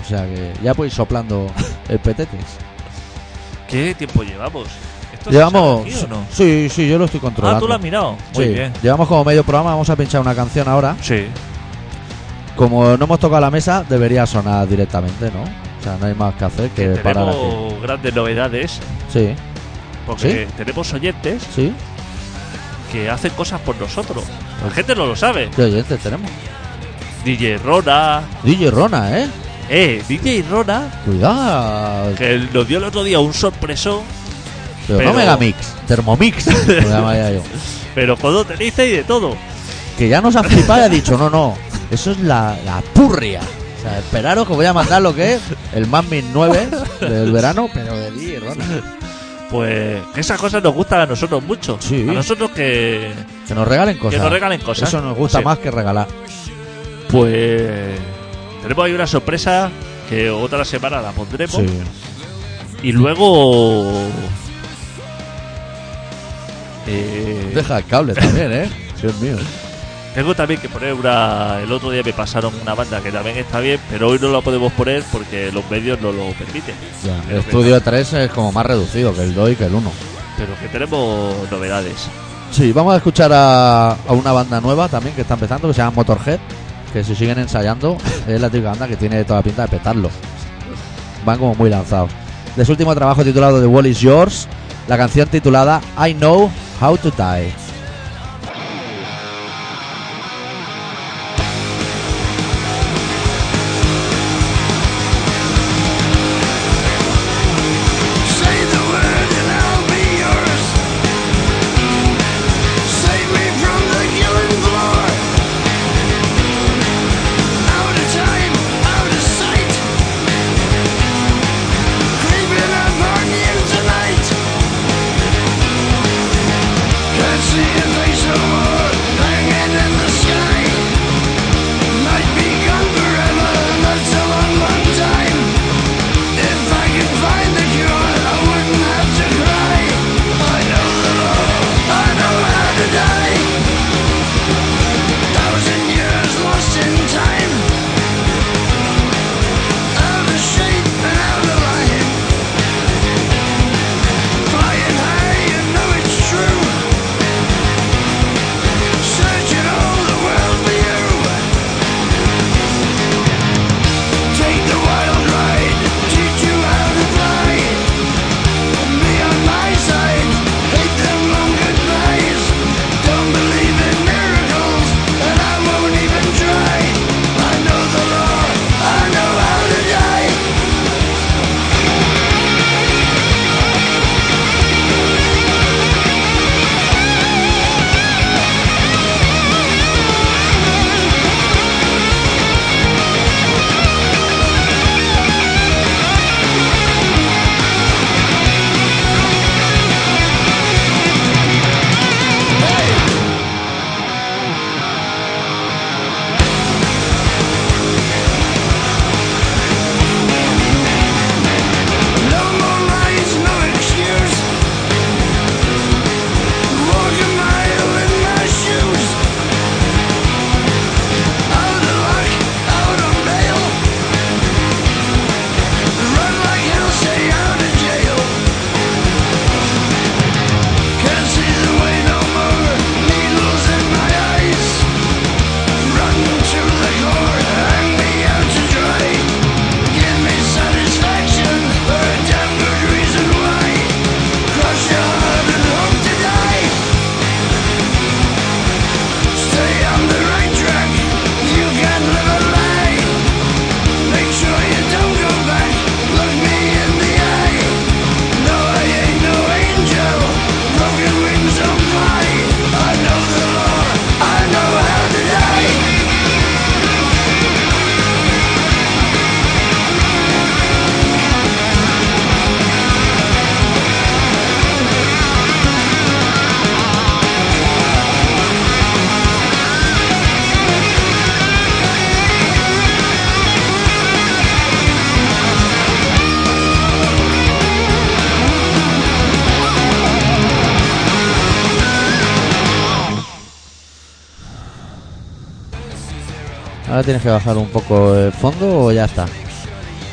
O sea que ya puedes ir soplando el petete. ¿Qué tiempo llevamos? ¿Esto se Llevamos. sabe aquí o no? Sí, sí, yo lo estoy Ah, controlando. tú lo has mirado. Muy Sí, Eh, bien. Llevamos como medio programa, vamos a pinchar una canción ahora. Sí. Como no hemos tocado la mesa, debería sonar directamente, ¿no? O sea, no hay más que hacer que parar aquí. tenemos grandes novedades Sí, porque tenemos oyentes sí. que hacen cosas por nosotros. La Pues gente no lo sabe. ¿Qué oyentes tenemos? DJ Rona, DJ Rona, ¿eh? eh, DJ Rona, Cuidado. que nos dio el otro día un sorpresón, Pero, pero- no Megamix, Thermomix, lo llamaría yo. pero con dos tenistas y de todo. Que ya nos ha flipado y ha dicho, no, no, eso es la, la purria. O sea, esperaros que os voy a mandar lo que es el Mammin 9 del verano, pero de DJ Rona. Pues que esas cosas nos gustan a nosotros mucho. Sí. A nosotros que, Que nos regalen que cosas. nos regalen cosas. Eso nos gusta Sí. más que regalar. Pues tenemos ahí una sorpresa que otra semana la pondremos. Sí. Y luego. eh, Deja el cable también, ¿eh? Dios mío. Tengo también que poner una. El otro día me pasaron una banda que también está bien, pero hoy no la podemos poner porque los medios no lo permiten. Ya, el Pero que- estudio 3 es como más reducido que el 2 y que el 1. Pero que tenemos novedades. Sí, vamos a escuchar a, a una banda nueva también que está empezando, que se llama Motorhead, que si siguen ensayando es la típica banda que tiene toda la pinta de petarlo. Van como muy lanzados. De su último trabajo titulado The Wall is Yours, la canción titulada I Know How to Die. Say the word and I'll be yours. Save me from the killing floor. Out of time, out of sight. Creeping up on you tonight. Can't see Ahora tienes que bajar un poco el fondo o ya está.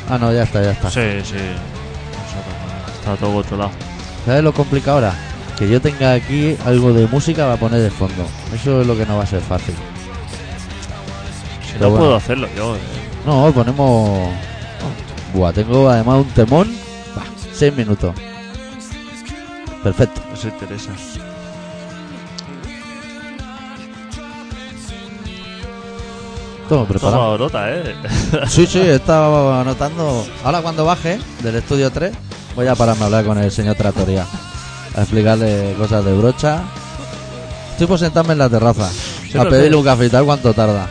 Ah, no, ya está, ya está. Sí, sí. Eso Está todo controlado. ¿Sabes lo complicado ahora? Que yo tenga aquí algo de música para poner de fondo. Eso es lo que no va a ser fácil. Si Pero no bueno. puedo hacerlo yo. eh. No, ponemos. Buah, tengo además un temón. Bah, seis minutos. Perfecto. Eso interesa. Todo preparado. Toma nota, eh. Sí, sí, estaba anotando. Ahora cuando baje del estudio 3, voy a pararme a hablar con el señor Tratoría. A explicarle cosas de brocha. Estoy por sentarme en la terraza. a lo pedirle sé. un café y tal cuánto tarda.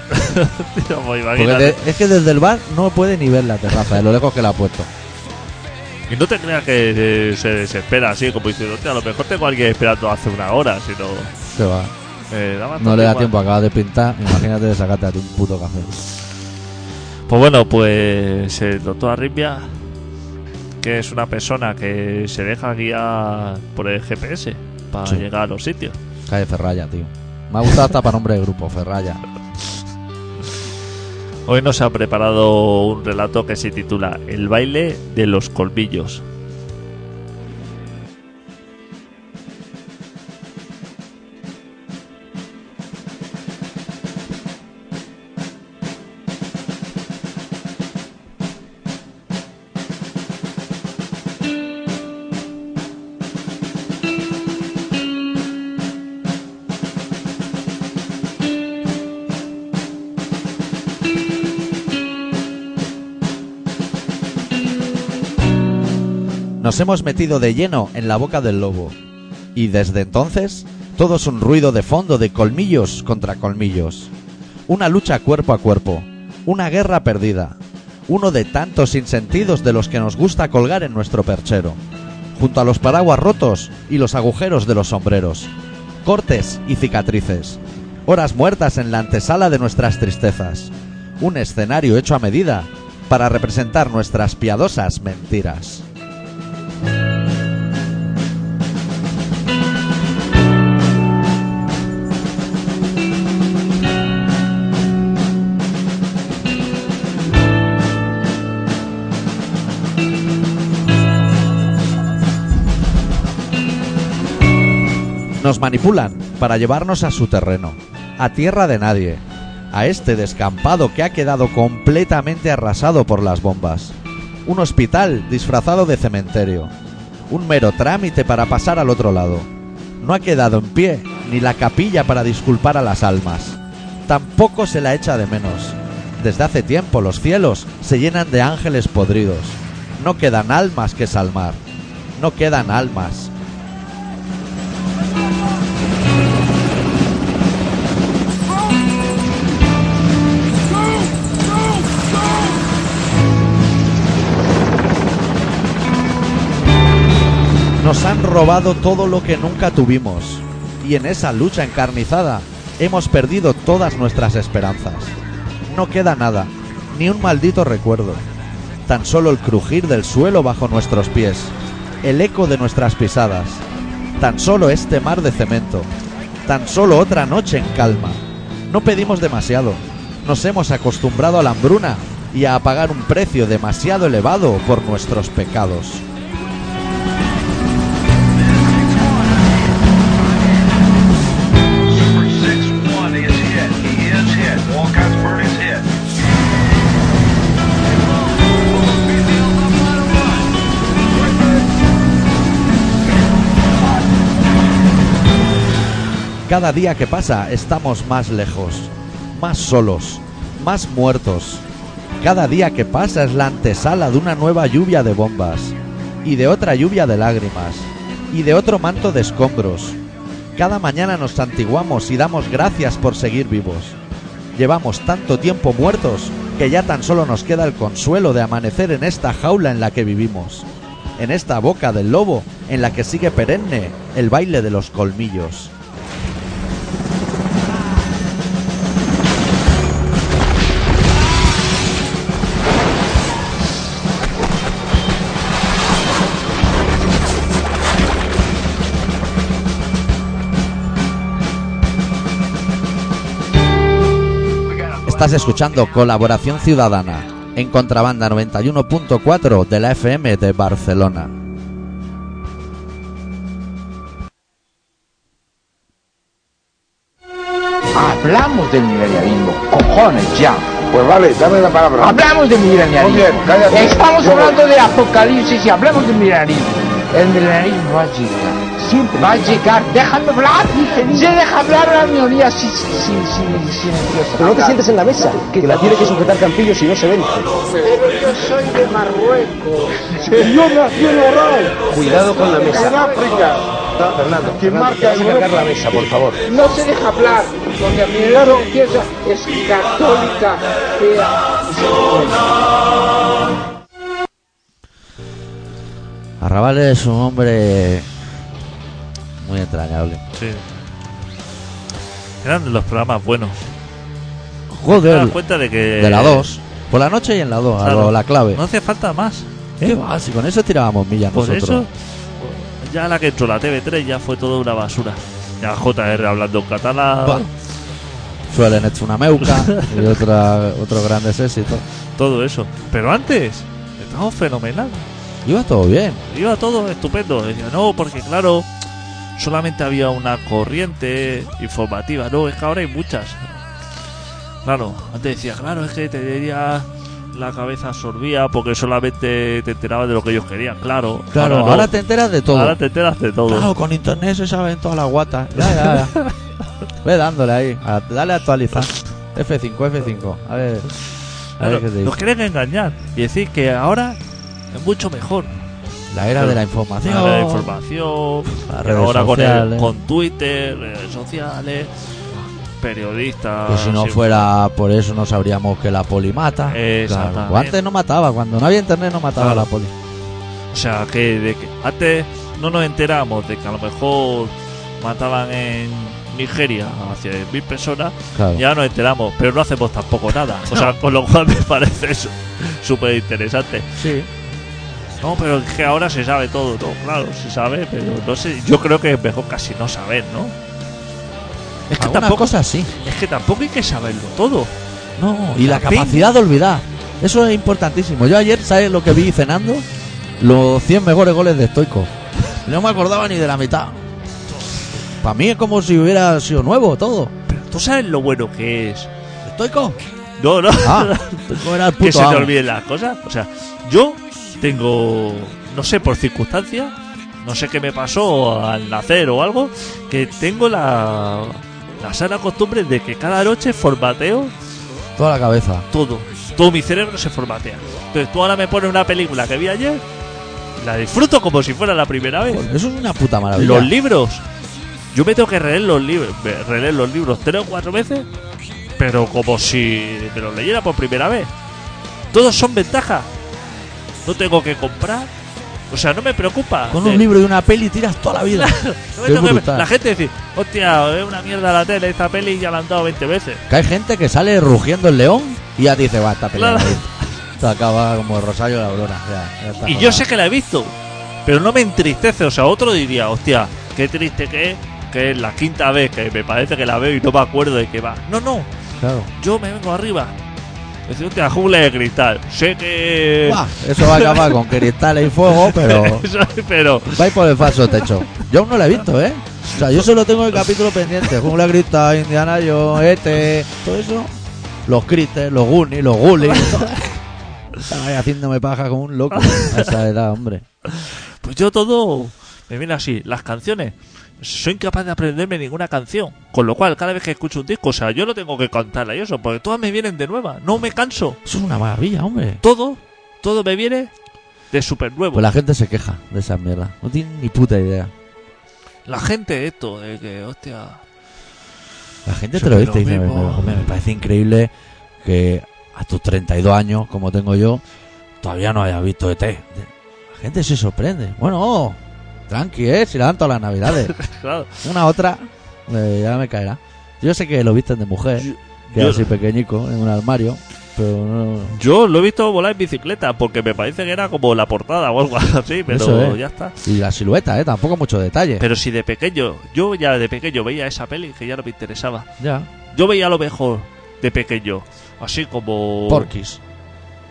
Tío, pues Porque imagínate. de- es que desde el bar no puede ni ver la terraza, de lo lejos que la ha puesto. Y no te creas que eh, se desespera así, como diciendo, "Hostia, a lo mejor tengo a alguien esperando hace una hora, sino. Se va. eh, da bastante No le da igual. tiempo, acabas de pintar. Imagínate de sacarte a ti un puto café. Pues bueno, pues el doctor Arritmia, que es una persona que se deja guiar por el GPS para Sí. llegar a los sitios. Calle Ferraya, tío. Me ha gustado hasta para nombre de grupo, Ferraya. Hoy nos ha preparado un relato que se titula El baile de los colmillos. Nos hemos metido de lleno en la boca del lobo. Y desde entonces, todo es un ruido de fondo de colmillos contra colmillos. Una lucha cuerpo a cuerpo. Una guerra perdida. Uno de tantos sinsentidos de los que nos gusta colgar en nuestro perchero. Junto a los paraguas rotos y los agujeros de los sombreros. Cortes y cicatrices. Horas muertas en la antesala de nuestras tristezas. Un escenario hecho a medida para representar nuestras piadosas mentiras. Nos manipulan para llevarnos a su terreno, a tierra de nadie, a este descampado que ha quedado completamente arrasado por las bombas, un hospital disfrazado de cementerio, un mero trámite para pasar al otro lado. No ha quedado en pie ni la capilla para disculpar a las almas, tampoco se la echa de menos. Desde hace tiempo los cielos se llenan de ángeles podridos, no quedan almas que salmar, no quedan almas, Nos han robado todo lo que nunca tuvimos y en esa lucha encarnizada hemos perdido todas nuestras esperanzas. No queda nada, ni un maldito recuerdo, tan solo el crujir del suelo bajo nuestros pies, el eco de nuestras pisadas, tan solo este mar de cemento, tan solo otra noche en calma. No pedimos demasiado, nos hemos acostumbrado a la hambruna y a pagar un precio demasiado elevado por nuestros pecados. Six one is hit. He is hit. Walcott's bird is hit. Cada día que pasa estamos más lejos, más solos, más muertos. Cada día que pasa es la antesala de una nueva lluvia de bombas, y de otra lluvia de lágrimas, y de otro manto de escombros. Cada mañana nos santiguamos y damos gracias por seguir vivos. Llevamos tanto tiempo muertos que ya tan solo nos queda el consuelo de amanecer en esta jaula en la que vivimos, en esta boca del lobo en la que sigue perenne el baile de los colmillos. Estás escuchando Colaboración Ciudadana en Contrabanda 91.4 de la FM de Barcelona. Hablamos del liberalismo, cojones ya. Pues vale, dame la palabra. Hablamos del liberalismo. Muy bien, cállate. Estamos Yo hablando de apocalipsis y hablamos del liberalismo. El liberalismo va a llegar, siempre va a llegar. Déjame hablar. Se deja hablar una minoría sin sin sin sin silenciosa. Pero no te sientes en la mesa, que la tiene que sujetar Campillo si no se vence. Cuidado con la mesa. Fernando, ¿quién marca cargar la mesa, por favor? No se deja hablar, porque mi religiosa es católica, fea. Arrabal es un hombre muy entrañable. Sí. Eran los programas buenos. Te Joder, das cuenta de que. de la 2. Por la noche y en la 2, Ah, pues, eh, Claro. la clave. No hace falta más. ¿eh? ¿Qué va? Si con eso tirábamos millas Por nosotros. eso, ya la que entró la TV3 ya fue toda una basura. Ya JR hablando en catalán, Bah. Suelen hecho una meuca y otra, otros grandes éxitos. todo eso. Pero antes, estaba fenomenal. Iba todo bien. Iba todo estupendo. Decía, no, porque claro, solamente había una corriente informativa. No, es que ahora hay muchas. Claro, antes decía, claro, es que te diría la cabeza absorbía porque solamente te enterabas de lo que ellos querían. Claro, Claro, ahora, no. te enteras de todo. Ahora te enteras de todo. Claro, con internet se saben todas las guatas. Ya, ya, ya. Ve dándole ahí. a- dale a actualizar. F5, F5. A ver. A ver Claro, qué te nos dice. quieren engañar y decir que ahora es mucho mejor. La era de la información. Ahora la información, Las redes ahora con, el- sociales. con Twitter, redes sociales, periodistas. Que si no Ah, sí. fuera por eso no sabríamos que la poli mata. Exactamente. Claro. Antes no mataba, cuando no había internet no mataba Claro. la poli. O sea, que, de que antes no nos enteramos de que a lo mejor mataban en Nigeria a 100.000 personas, Claro. ya nos enteramos, pero no hacemos tampoco nada. O sea, con lo cual me parece su- súper interesante. Sí. No, pero es que ahora se sabe todo, ¿no? Claro, se sabe, pero no sé. Yo creo que es mejor casi no saber, ¿no? Es que, Algunas tampoco, cosas sí. es que tampoco hay que saberlo todo. No, Y la capacidad de olvidar. Eso es importantísimo. Yo ayer, ¿sabes lo que vi cenando? Los 100 mejores goles de Stoico. No me acordaba ni de la mitad. Para mí es como si hubiera sido nuevo todo. ¿Tú sabes lo bueno que es? ¿Stoico? No, no. Ah, Stoico era el que se puto te amo. olviden las cosas. O sea, yo tengo, no sé, por circunstancias, no sé qué me pasó al nacer o algo, que tengo la, la sana costumbre de que cada noche formateo Toda la cabeza. todo. Todo mi cerebro se formatea. Entonces tú ahora me pones una película que vi ayer, la disfruto como si fuera la primera vez. Eso es una puta maravilla. Los libros. Yo me tengo que releer los libros, releer los libros tres o cuatro veces, pero como si me los leyera por primera vez. Todos son ventajas. No tengo que comprar. O sea, no me preocupa. Con De- un libro y una peli tiras toda la vida. no me Qué tengo que- brutal. la gente dice, hostia, es una mierda la tele, esta peli ya la han dado 20 veces. Que hay gente que sale rugiendo el león y ya te dice, va, esta peli. Claro. Te acaba como Rosario de la Aurora. Ya, ya está Y rodada. yo sé que la he visto, pero no me entristece. O sea, otro diría, hostia, qué triste que es, que es la quinta vez que me parece que la veo y no me acuerdo de qué va. No, no, Claro. yo me vengo arriba. Es decir, la jungla de cristal. Sé que. Buah, Eso va a acabar con cristales y fuego, pero. pero. Vais por el falso techo. Yo aún no la he visto, ¿eh? O sea, yo solo tengo el capítulo pendiente. Jungla Grita, Indiana Jones, ET, todo eso. Los Crites, los Goonies, los Ghoulies. Estaba ahí haciéndome paja como un loco a esa edad, hombre. Pues yo todo. Me viene así. Las canciones. Soy incapaz de aprenderme ninguna canción. Con lo cual, cada vez que escucho un disco, o sea, yo lo tengo que cantarla y eso, porque todas me vienen de nueva. No me canso. Eso es una maravilla, hombre. Todo, todo me viene de súper nuevo. Pues la gente se queja de esa mierda. No tiene ni puta idea. La gente, esto, de que, hostia. La gente te Yo lo me dice y lo dice, vivo. "Hombre, hombre, me parece increíble que a tus 32 años, como tengo yo, todavía no hayas visto ET. La gente se sorprende. Bueno, oh, tranqui, ¿eh? Si la dan todas las navidades. Claro. Una otra, eh, ya me caerá. Yo sé que lo visten de mujer, Yo- que yo- es así pequeñico, en un armario, pero no... Yo lo he visto volar en bicicleta, porque me parece que era como la portada o algo así, pero Eso es. ya está. Y la silueta, ¿eh? Tampoco mucho detalle. Pero si de pequeño, yo ya de pequeño veía esa peli que ya no me interesaba. ya. Yo veía a lo mejor de pequeño. Así como. Porquis.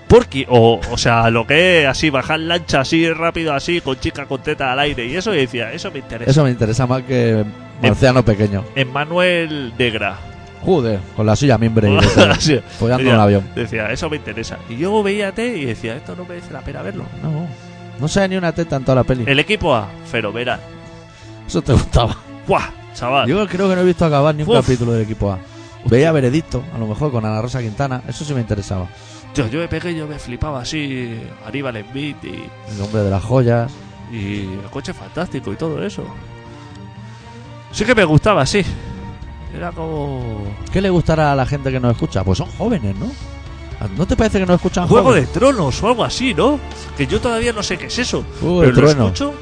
Porky, o, o sea, lo que es así, bajar lancha así rápido, así, con chica con teta al aire y eso, y decía, eso me interesa. Eso me interesa más que Marciano Pequeño. Emmanuel Negra. Jude, con la silla mimbre y de todo, Así. follando Decía- un avión. Decía, eso me interesa. Y yo veía T y decía, esto no merece la pena verlo. No, no sé ni una teta en toda la peli. El equipo A, fenomenal. Eso te gustaba. ¡Guau! Chaval. Yo creo que no he visto acabar ni un Uf. capítulo del equipo A. Veía Veredicto, a lo mejor con Ana Rosa Quintana, eso sí me interesaba. Tío, yo de pequeño me flipaba así, Aníbal Smith y, El hombre de las joyas. y el coche fantástico y todo eso. Sí que me gustaba, sí. Era como. ¿Qué le gustará a la gente que nos escucha? Pues son jóvenes, ¿no? ¿No te parece que nos escuchan Juego de jóvenes? Tronos o algo así, ¿no? Que yo todavía no sé qué es eso. Juego pero de lo Tronos. escucho.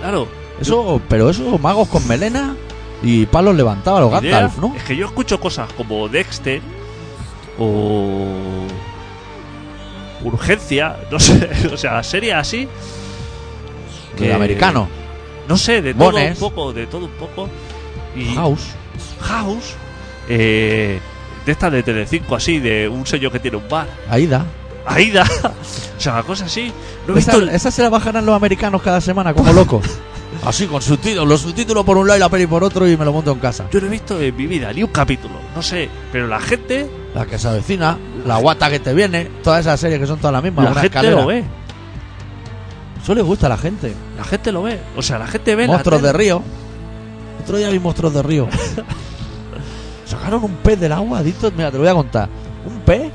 Claro, Eso, pero eso, magos con melena y palos levantados a los idea Gandalf, ¿no? es que yo escucho cosas como Dexter o Urgencia, no sé, o sea, series así, que- El americano, no sé, de todo Bones. un poco, de todo un poco. Y House. House, eh, de estas de Telecinco así, de un sello que tiene un bar, Aida. Aida, o sea, cosas así. No he Esa, visto el- esa se la bajarán los americanos cada semana, como locos. Así, con subtítulos, los subtítulos por un lado y la peli por otro y me lo monto en casa. yo no he visto en mi vida ni un capítulo, no sé, pero la gente, La que se avecina, la guata que te viene, todas esas series que son todas las mismas. la una gente escalera. lo ve, Eso le gusta a la gente. la gente lo ve, o sea, la gente ve la Monstruos tele- de río. Otro día vi monstruos de río. Sacaron un pez del agua, adicto. Mira, te lo voy a contar. Un pez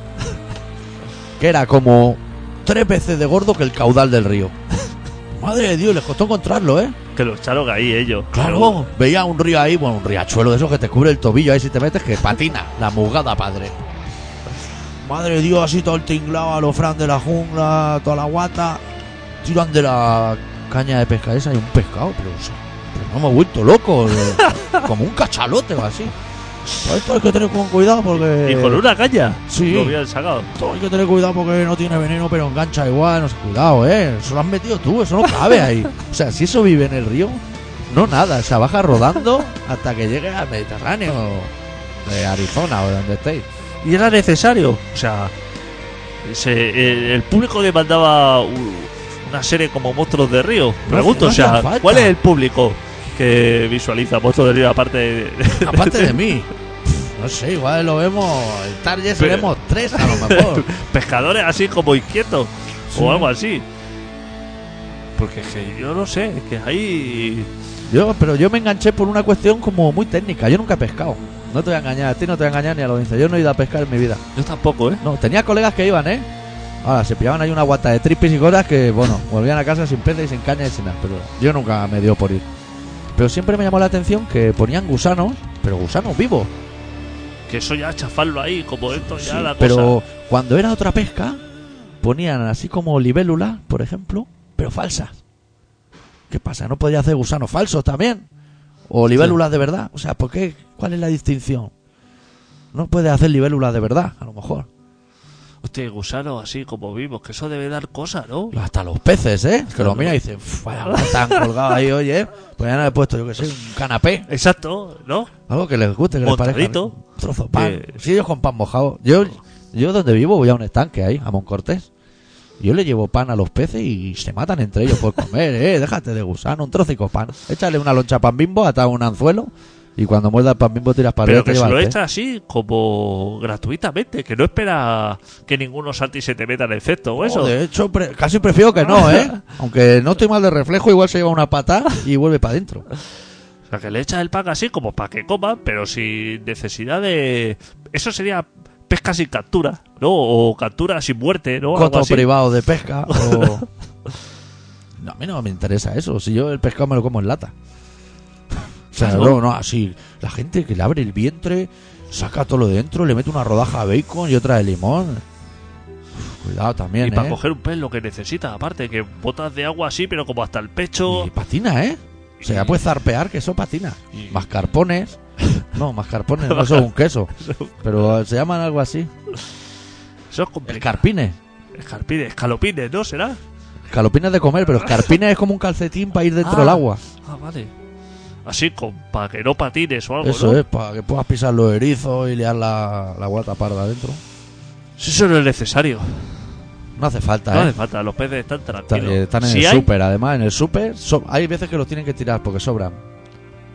que era como tres veces de gordo que el caudal del río. Madre de Dios, les costó encontrarlo, ¿eh? Que lo echaron ahí ellos. Claro, veía un río ahí, bueno, un riachuelo de esos que te cubre el tobillo ahí si te metes que patina, la mugada padre. Madre de Dios, así todo el tinglado a los fran de la jungla, toda la guata. Tiran de la caña de pesca esa y un pescado, pero, o sea, pero no me he vuelto loco, eh, como un cachalote o así. Por Pues esto hay que tener con cuidado porque. Y con una caña. Eh, Sí. Lo habían sacado. Todo hay que tener cuidado porque no tiene veneno, pero engancha igual. No sé, cuidado, eh. Eso lo has metido tú, eso no cabe ahí. O sea, si eso vive en el río, no nada. O sea, baja rodando hasta que llegue al Mediterráneo de Arizona o de donde estéis. Y era necesario. O sea, se- el, el público demandaba u- una serie como Monstruos de Río. Pregunto, no o sea, hacía falta. ¿cuál es el público que visualiza Monstruos de Río aparte de, Aparte de mí. Pff, No sé, igual lo vemos. El target seremos tres a lo mejor. pescadores así como inquietos? Sí. O algo así. Porque es que yo no sé, es que ahí. Yo, pero yo me enganché por una cuestión como muy técnica. Yo nunca he pescado. No te voy a engañar a ti, no te voy a engañar ni a lo dice. Yo no he ido a pescar en mi vida. Yo tampoco, ¿eh? No, tenía colegas que iban, ¿eh? Ahora, se pillaban ahí una guata de tripis y cosas que, bueno, volvían a casa sin peces y sin caña y sin nada. Pero yo nunca me dio por ir. Pero siempre me llamó la atención que ponían gusanos, pero gusanos vivos. Que eso ya chafarlo ahí, como esto Pues ya Sí, la cosa. pero cuando era otra pesca, ponían así como libélulas, por ejemplo, pero falsas. ¿Qué pasa? ¿No podía hacer gusanos falsos también? ¿O libélulas de verdad? O sea, ¿por qué? ¿Cuál es la distinción? No puede hacer libélulas de verdad, a lo mejor. Hostia, gusanos así como vimos, que eso debe dar cosa, ¿no? Pues Hasta los peces, ¿eh? Que lo miran y dicen, "Uf, vaya, están colgados ahí, oye. Pues ya no he puesto, yo que sé, un canapé. Exacto, ¿no? Algo que les guste, que les parezca. Montadito. Eh, rico. Un trozo de pan. Que- Sí, ellos con pan mojado. Yo, yo donde vivo voy a un estanque ahí, a Moncortés. Yo le llevo pan a los peces y se matan entre ellos por comer, ¿eh? Déjate de gusano, un trocico de pan. Échale una loncha pan bimbo, ata un anzuelo. Y cuando muerda el pan bimbo tiras para Pero arriba y que te se lleva lo el pez. echa así, como gratuitamente, que no espera que ninguno salte y se te meta el efecto o eso. No, de hecho, pre- casi prefiero que no, ¿eh? Aunque no estoy mal de reflejo, igual se lleva una pata y vuelve para adentro. O sea, que le echas el pan así como para que coma, pero sin necesidad de... Eso sería pesca sin captura, ¿no? O captura sin muerte, ¿no? Algo coto así. privado de pesca o... No, a mí no me interesa eso. Si yo el pescado me lo como en lata. O sea, Claro. no, no, así. La gente que le abre el vientre, saca todo lo de dentro, le mete una rodaja de bacon y otra de limón. Uf, Cuidado también, Y para ¿eh? coger un pez lo que necesitas, aparte, que botas de agua así, pero como hasta el pecho... Y patina, ¿eh? O sea, ya puedes zarpear que eso patina. Y- Mascarpones. No, mascarpones no son un queso. Pero eh, se llaman algo así. Eso es complicado. Escarpines. Escarpines, escalopines, ¿no? ¿Será? Escalopines de comer, pero escarpines es como un calcetín para ir dentro Ah. del agua. Ah, vale. Así, con, para que no patines o algo, Eso ¿no? es, para que puedas pisar los erizos y liar la, la guata parda adentro. Si Eso no es necesario. No hace falta, No ¿eh? hace falta, los peces están Está- tranquilos. eh, Están en Si el hay- súper, además, en el súper so- hay veces que los tienen que tirar porque sobran.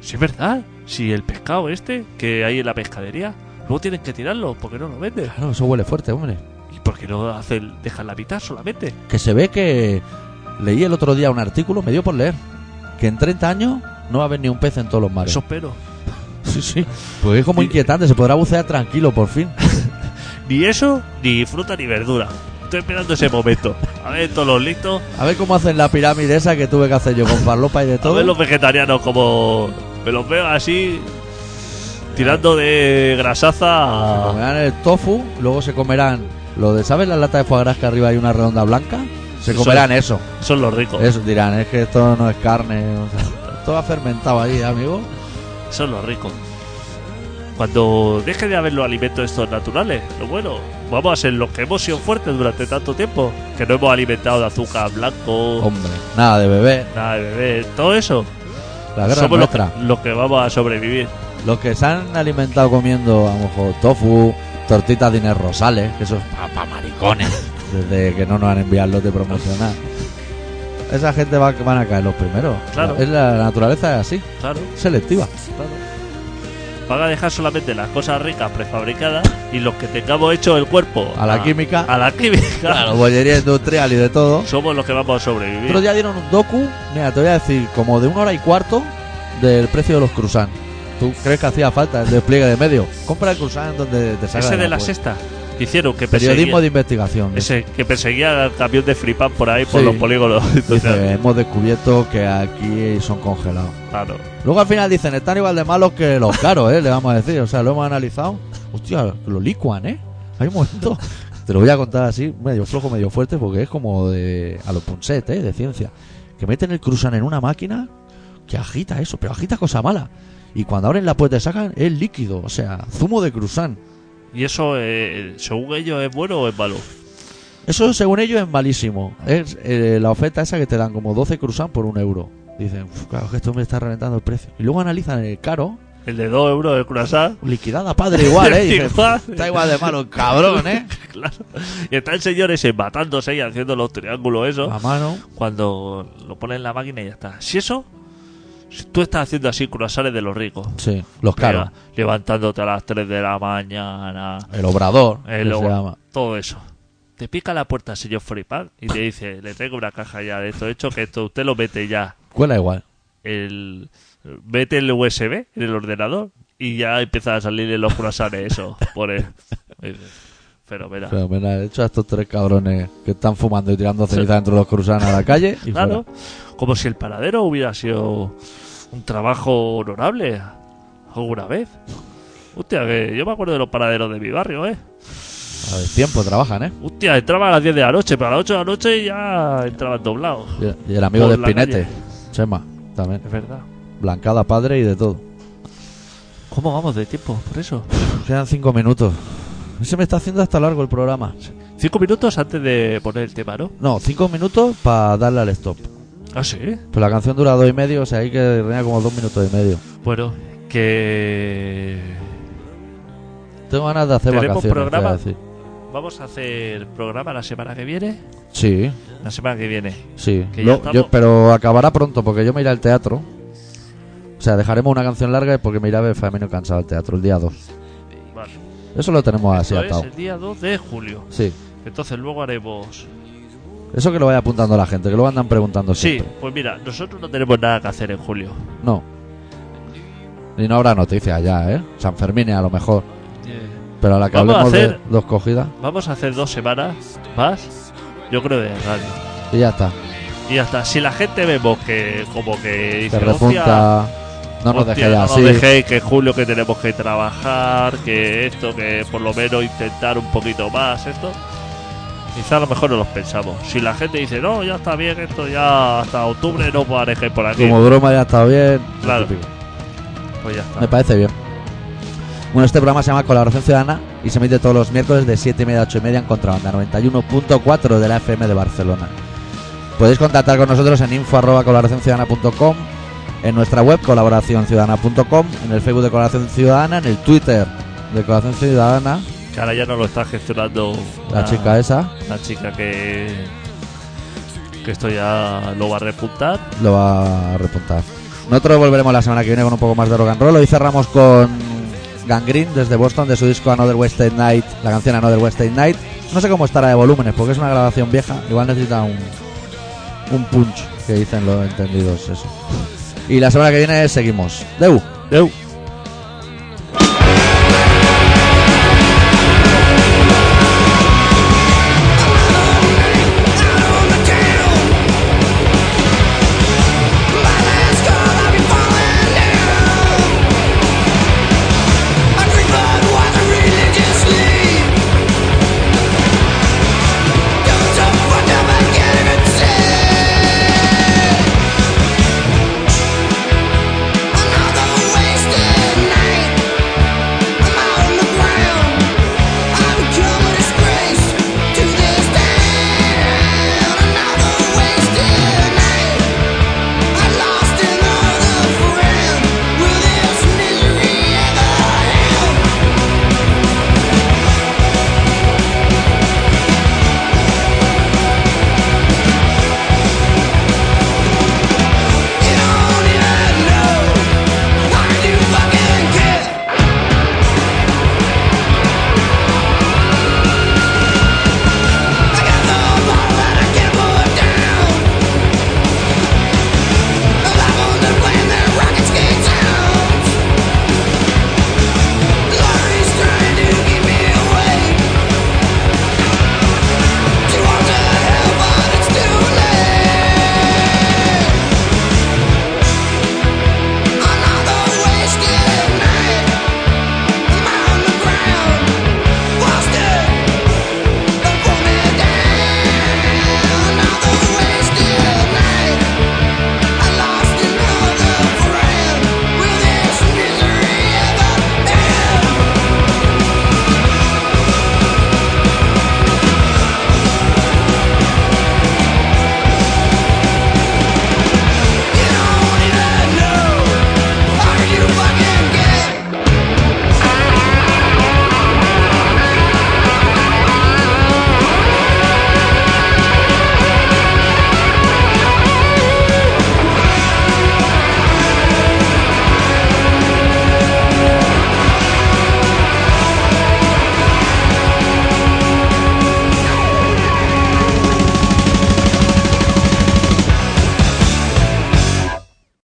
Si es verdad, si el pescado este que hay en la pescadería, luego tienen que tirarlo porque no lo venden. Claro, eso huele fuerte, hombre. ¿Y por qué no hacen, dejan la mitad solamente? Que se ve que leí el otro día un artículo, me dio por leer, que en 30 años no va a haber ni un pez en todos los mares. Eso espero. Sí, sí. Pues es como inquietante, se podrá bucear tranquilo por fin. Ni eso, ni fruta ni verdura. Estoy esperando ese momento. A ver, todos los listos. A ver cómo hacen la pirámide esa que tuve que hacer yo con farlopa y de A todo. ver los vegetarianos como... Me los veo así... Tirando de Se grasaza a... comerán el tofu, luego se comerán lo de, ¿sabes la lata de foie gras que arriba hay una redonda blanca? Se Eso Oh. comerán eso. Son los ricos. Eso dirán, es que esto no es carne. o sea, todo ha fermentado ahí, amigo. Son los ricos. Cuando deje de haber los alimentos estos naturales, lo bueno, vamos a ser los que hemos sido fuertes durante tanto tiempo, que no hemos alimentado de azúcar blanco, Hombre, nada de beber. nada de beber, todo eso. La guerra Somos es los que, nuestra. los que vamos a sobrevivir. Los que se han alimentado comiendo, a lo mejor, tofu, tortitas de Inés Rosales, que eso es para maricones, desde que no nos han enviado los de promocionar. Esa gente va, van a caer los primeros. Claro. Es la, la naturaleza es así, Claro, selectiva. claro. Van a dejar solamente las cosas ricas prefabricadas y los que tengamos hecho el cuerpo A la química. A la química. Claro, bollería industrial y de todo. Somos los que vamos a sobrevivir. Otro día dieron un docu, mira, te voy a decir, como de una hora y cuarto del precio de los cruzán. ¿Tú crees que hacía falta el despliegue de medio? Compra el cruzán donde te salga Ese de la la web. sexta. que Hicieron que Periodismo perseguía, de investigación. ese, que perseguía al camión de flipán por ahí, por Sí. los polígonos. Dice, eh. Entonces, hemos descubierto que aquí son congelados. claro. Luego al final dicen, están igual de malos que los caros, ¿eh? Le vamos a decir. O sea, lo hemos analizado. Hostia, lo licuan, ¿eh? Hay un momento. Te lo voy a contar así, medio flojo, medio fuerte, porque es como de a los punset, ¿eh? De ciencia. Que meten el cruzan en una máquina que agita eso, pero agita cosa mala. Y cuando abren la puerta y sacan, es líquido, o sea, zumo de cruzán. ¿Y eso, eh, según ellos, es bueno o es malo? Eso, según ellos, es malísimo. Es eh, la oferta esa que te dan como 12 cruzán por un euro. Dicen, "Uf, claro, que esto me está reventando el precio. Y luego analizan el caro, El de 2 euros de croissant. liquidada padre igual, ¿eh? Y dices, Igual. está igual de malo, el cabrón, ¿eh? Claro. Y está el señor ese matándose y haciendo los triángulos, eso. A mano. Cuando lo pones en la máquina y ya está. Si eso, si tú estás haciendo así croissants de los ricos. Sí, los caros. Leva- Levantándote a las 3 de la mañana. El obrador, el que logo, se llama. Todo eso. Te pica la puerta, señor Flipán, y te dice, le traigo una caja ya de esto hecho, que esto usted lo mete ya. Cuela igual. el vete el USB en el ordenador y ya empieza a salir en los croissants eso por él. Pero mira, Pero mira, de hecho, a estos tres cabrones que están fumando y tirando ceniza dentro de los cruzanos a la calle. y claro, fuera. como si el paradero hubiera sido un trabajo honorable alguna vez. Hostia, que yo me acuerdo de los paraderos de mi barrio, ¿eh? A ver, tiempo trabajan, ¿eh? Hostia, entraba a las 10 de la noche, pero a las 8 de la noche ya entraban doblados. Y- Y el amigo Por de la Espinete, calle. Chema, también. Es verdad. Blancada padre y de todo. ¿Cómo vamos de tiempo por eso? Quedan cinco minutos. Se me está haciendo hasta largo el programa. Cinco minutos antes de poner el tema, ¿no? No, cinco minutos para darle al stop. Ah, sí. Pero la canción dura dos y medio, o sea, hay que rellenar como dos minutos y medio. Bueno, que... Tengo ganas de hacer ¿Tenemos vacaciones. te voy a programa? decir. Vamos a hacer programa la semana que viene. Sí, La semana que viene. sí. Que ya Lo- estamos. yo- pero acabará pronto porque yo me iré al teatro. O sea, dejaremos una canción larga porque me iré a ver Famino Cansado al teatro el día 2. Vale. Eso lo tenemos así Esto es atado. el día 2 de julio. Sí. Entonces luego haremos. Eso que lo vaya apuntando la gente, que lo andan preguntando Sí, siempre. pues mira, nosotros no tenemos nada que hacer en julio. No. Y no habrá noticias ya, ¿eh? San Fermín a lo mejor. Pero a la que Vamos a hablemos de hacer- dos cogidas Vamos a hacer dos semanas más, yo creo, de radio. y ya está. Y hasta si la gente vemos que, como que Se dice, "Hostia, refunta. No nos hostia, dejéis no nos así. dejéis, que en julio que tenemos que trabajar, que esto, que por lo menos intentar un poquito más, esto. Quizá a lo mejor no los pensamos. Si la gente dice, no, ya está bien, esto ya hasta octubre no parece por aquí. Como broma ya está bien. Claro. Lo típico. Pues ya está. Me parece bien. Bueno, este programa se llama Colaboración Ciudadana y se emite todos los miércoles de 7 y media a 8 y media en Contrabanda 91.4 de la FM de Barcelona. Podéis contactar con nosotros en info arroba colaboracionciudadana punto com, en nuestra web colaboracionciudadana.com, en el Facebook de Colaboración Ciudadana, en el Twitter de Colaboración Ciudadana, Que ahora ya no lo está gestionando la chica esa La chica que. Que esto ya lo va a repuntar. lo va a repuntar. Nosotros volveremos la semana que viene con un poco más de rock and roll. Hoy cerramos con Gangrene desde Boston de su disco Another Western Night, la canción Another Western Night. No sé cómo estará de volúmenes porque es una grabación vieja. Igual necesita un, un punch, que dicen los entendidos eso. Y la semana que viene seguimos. Deu. Deu.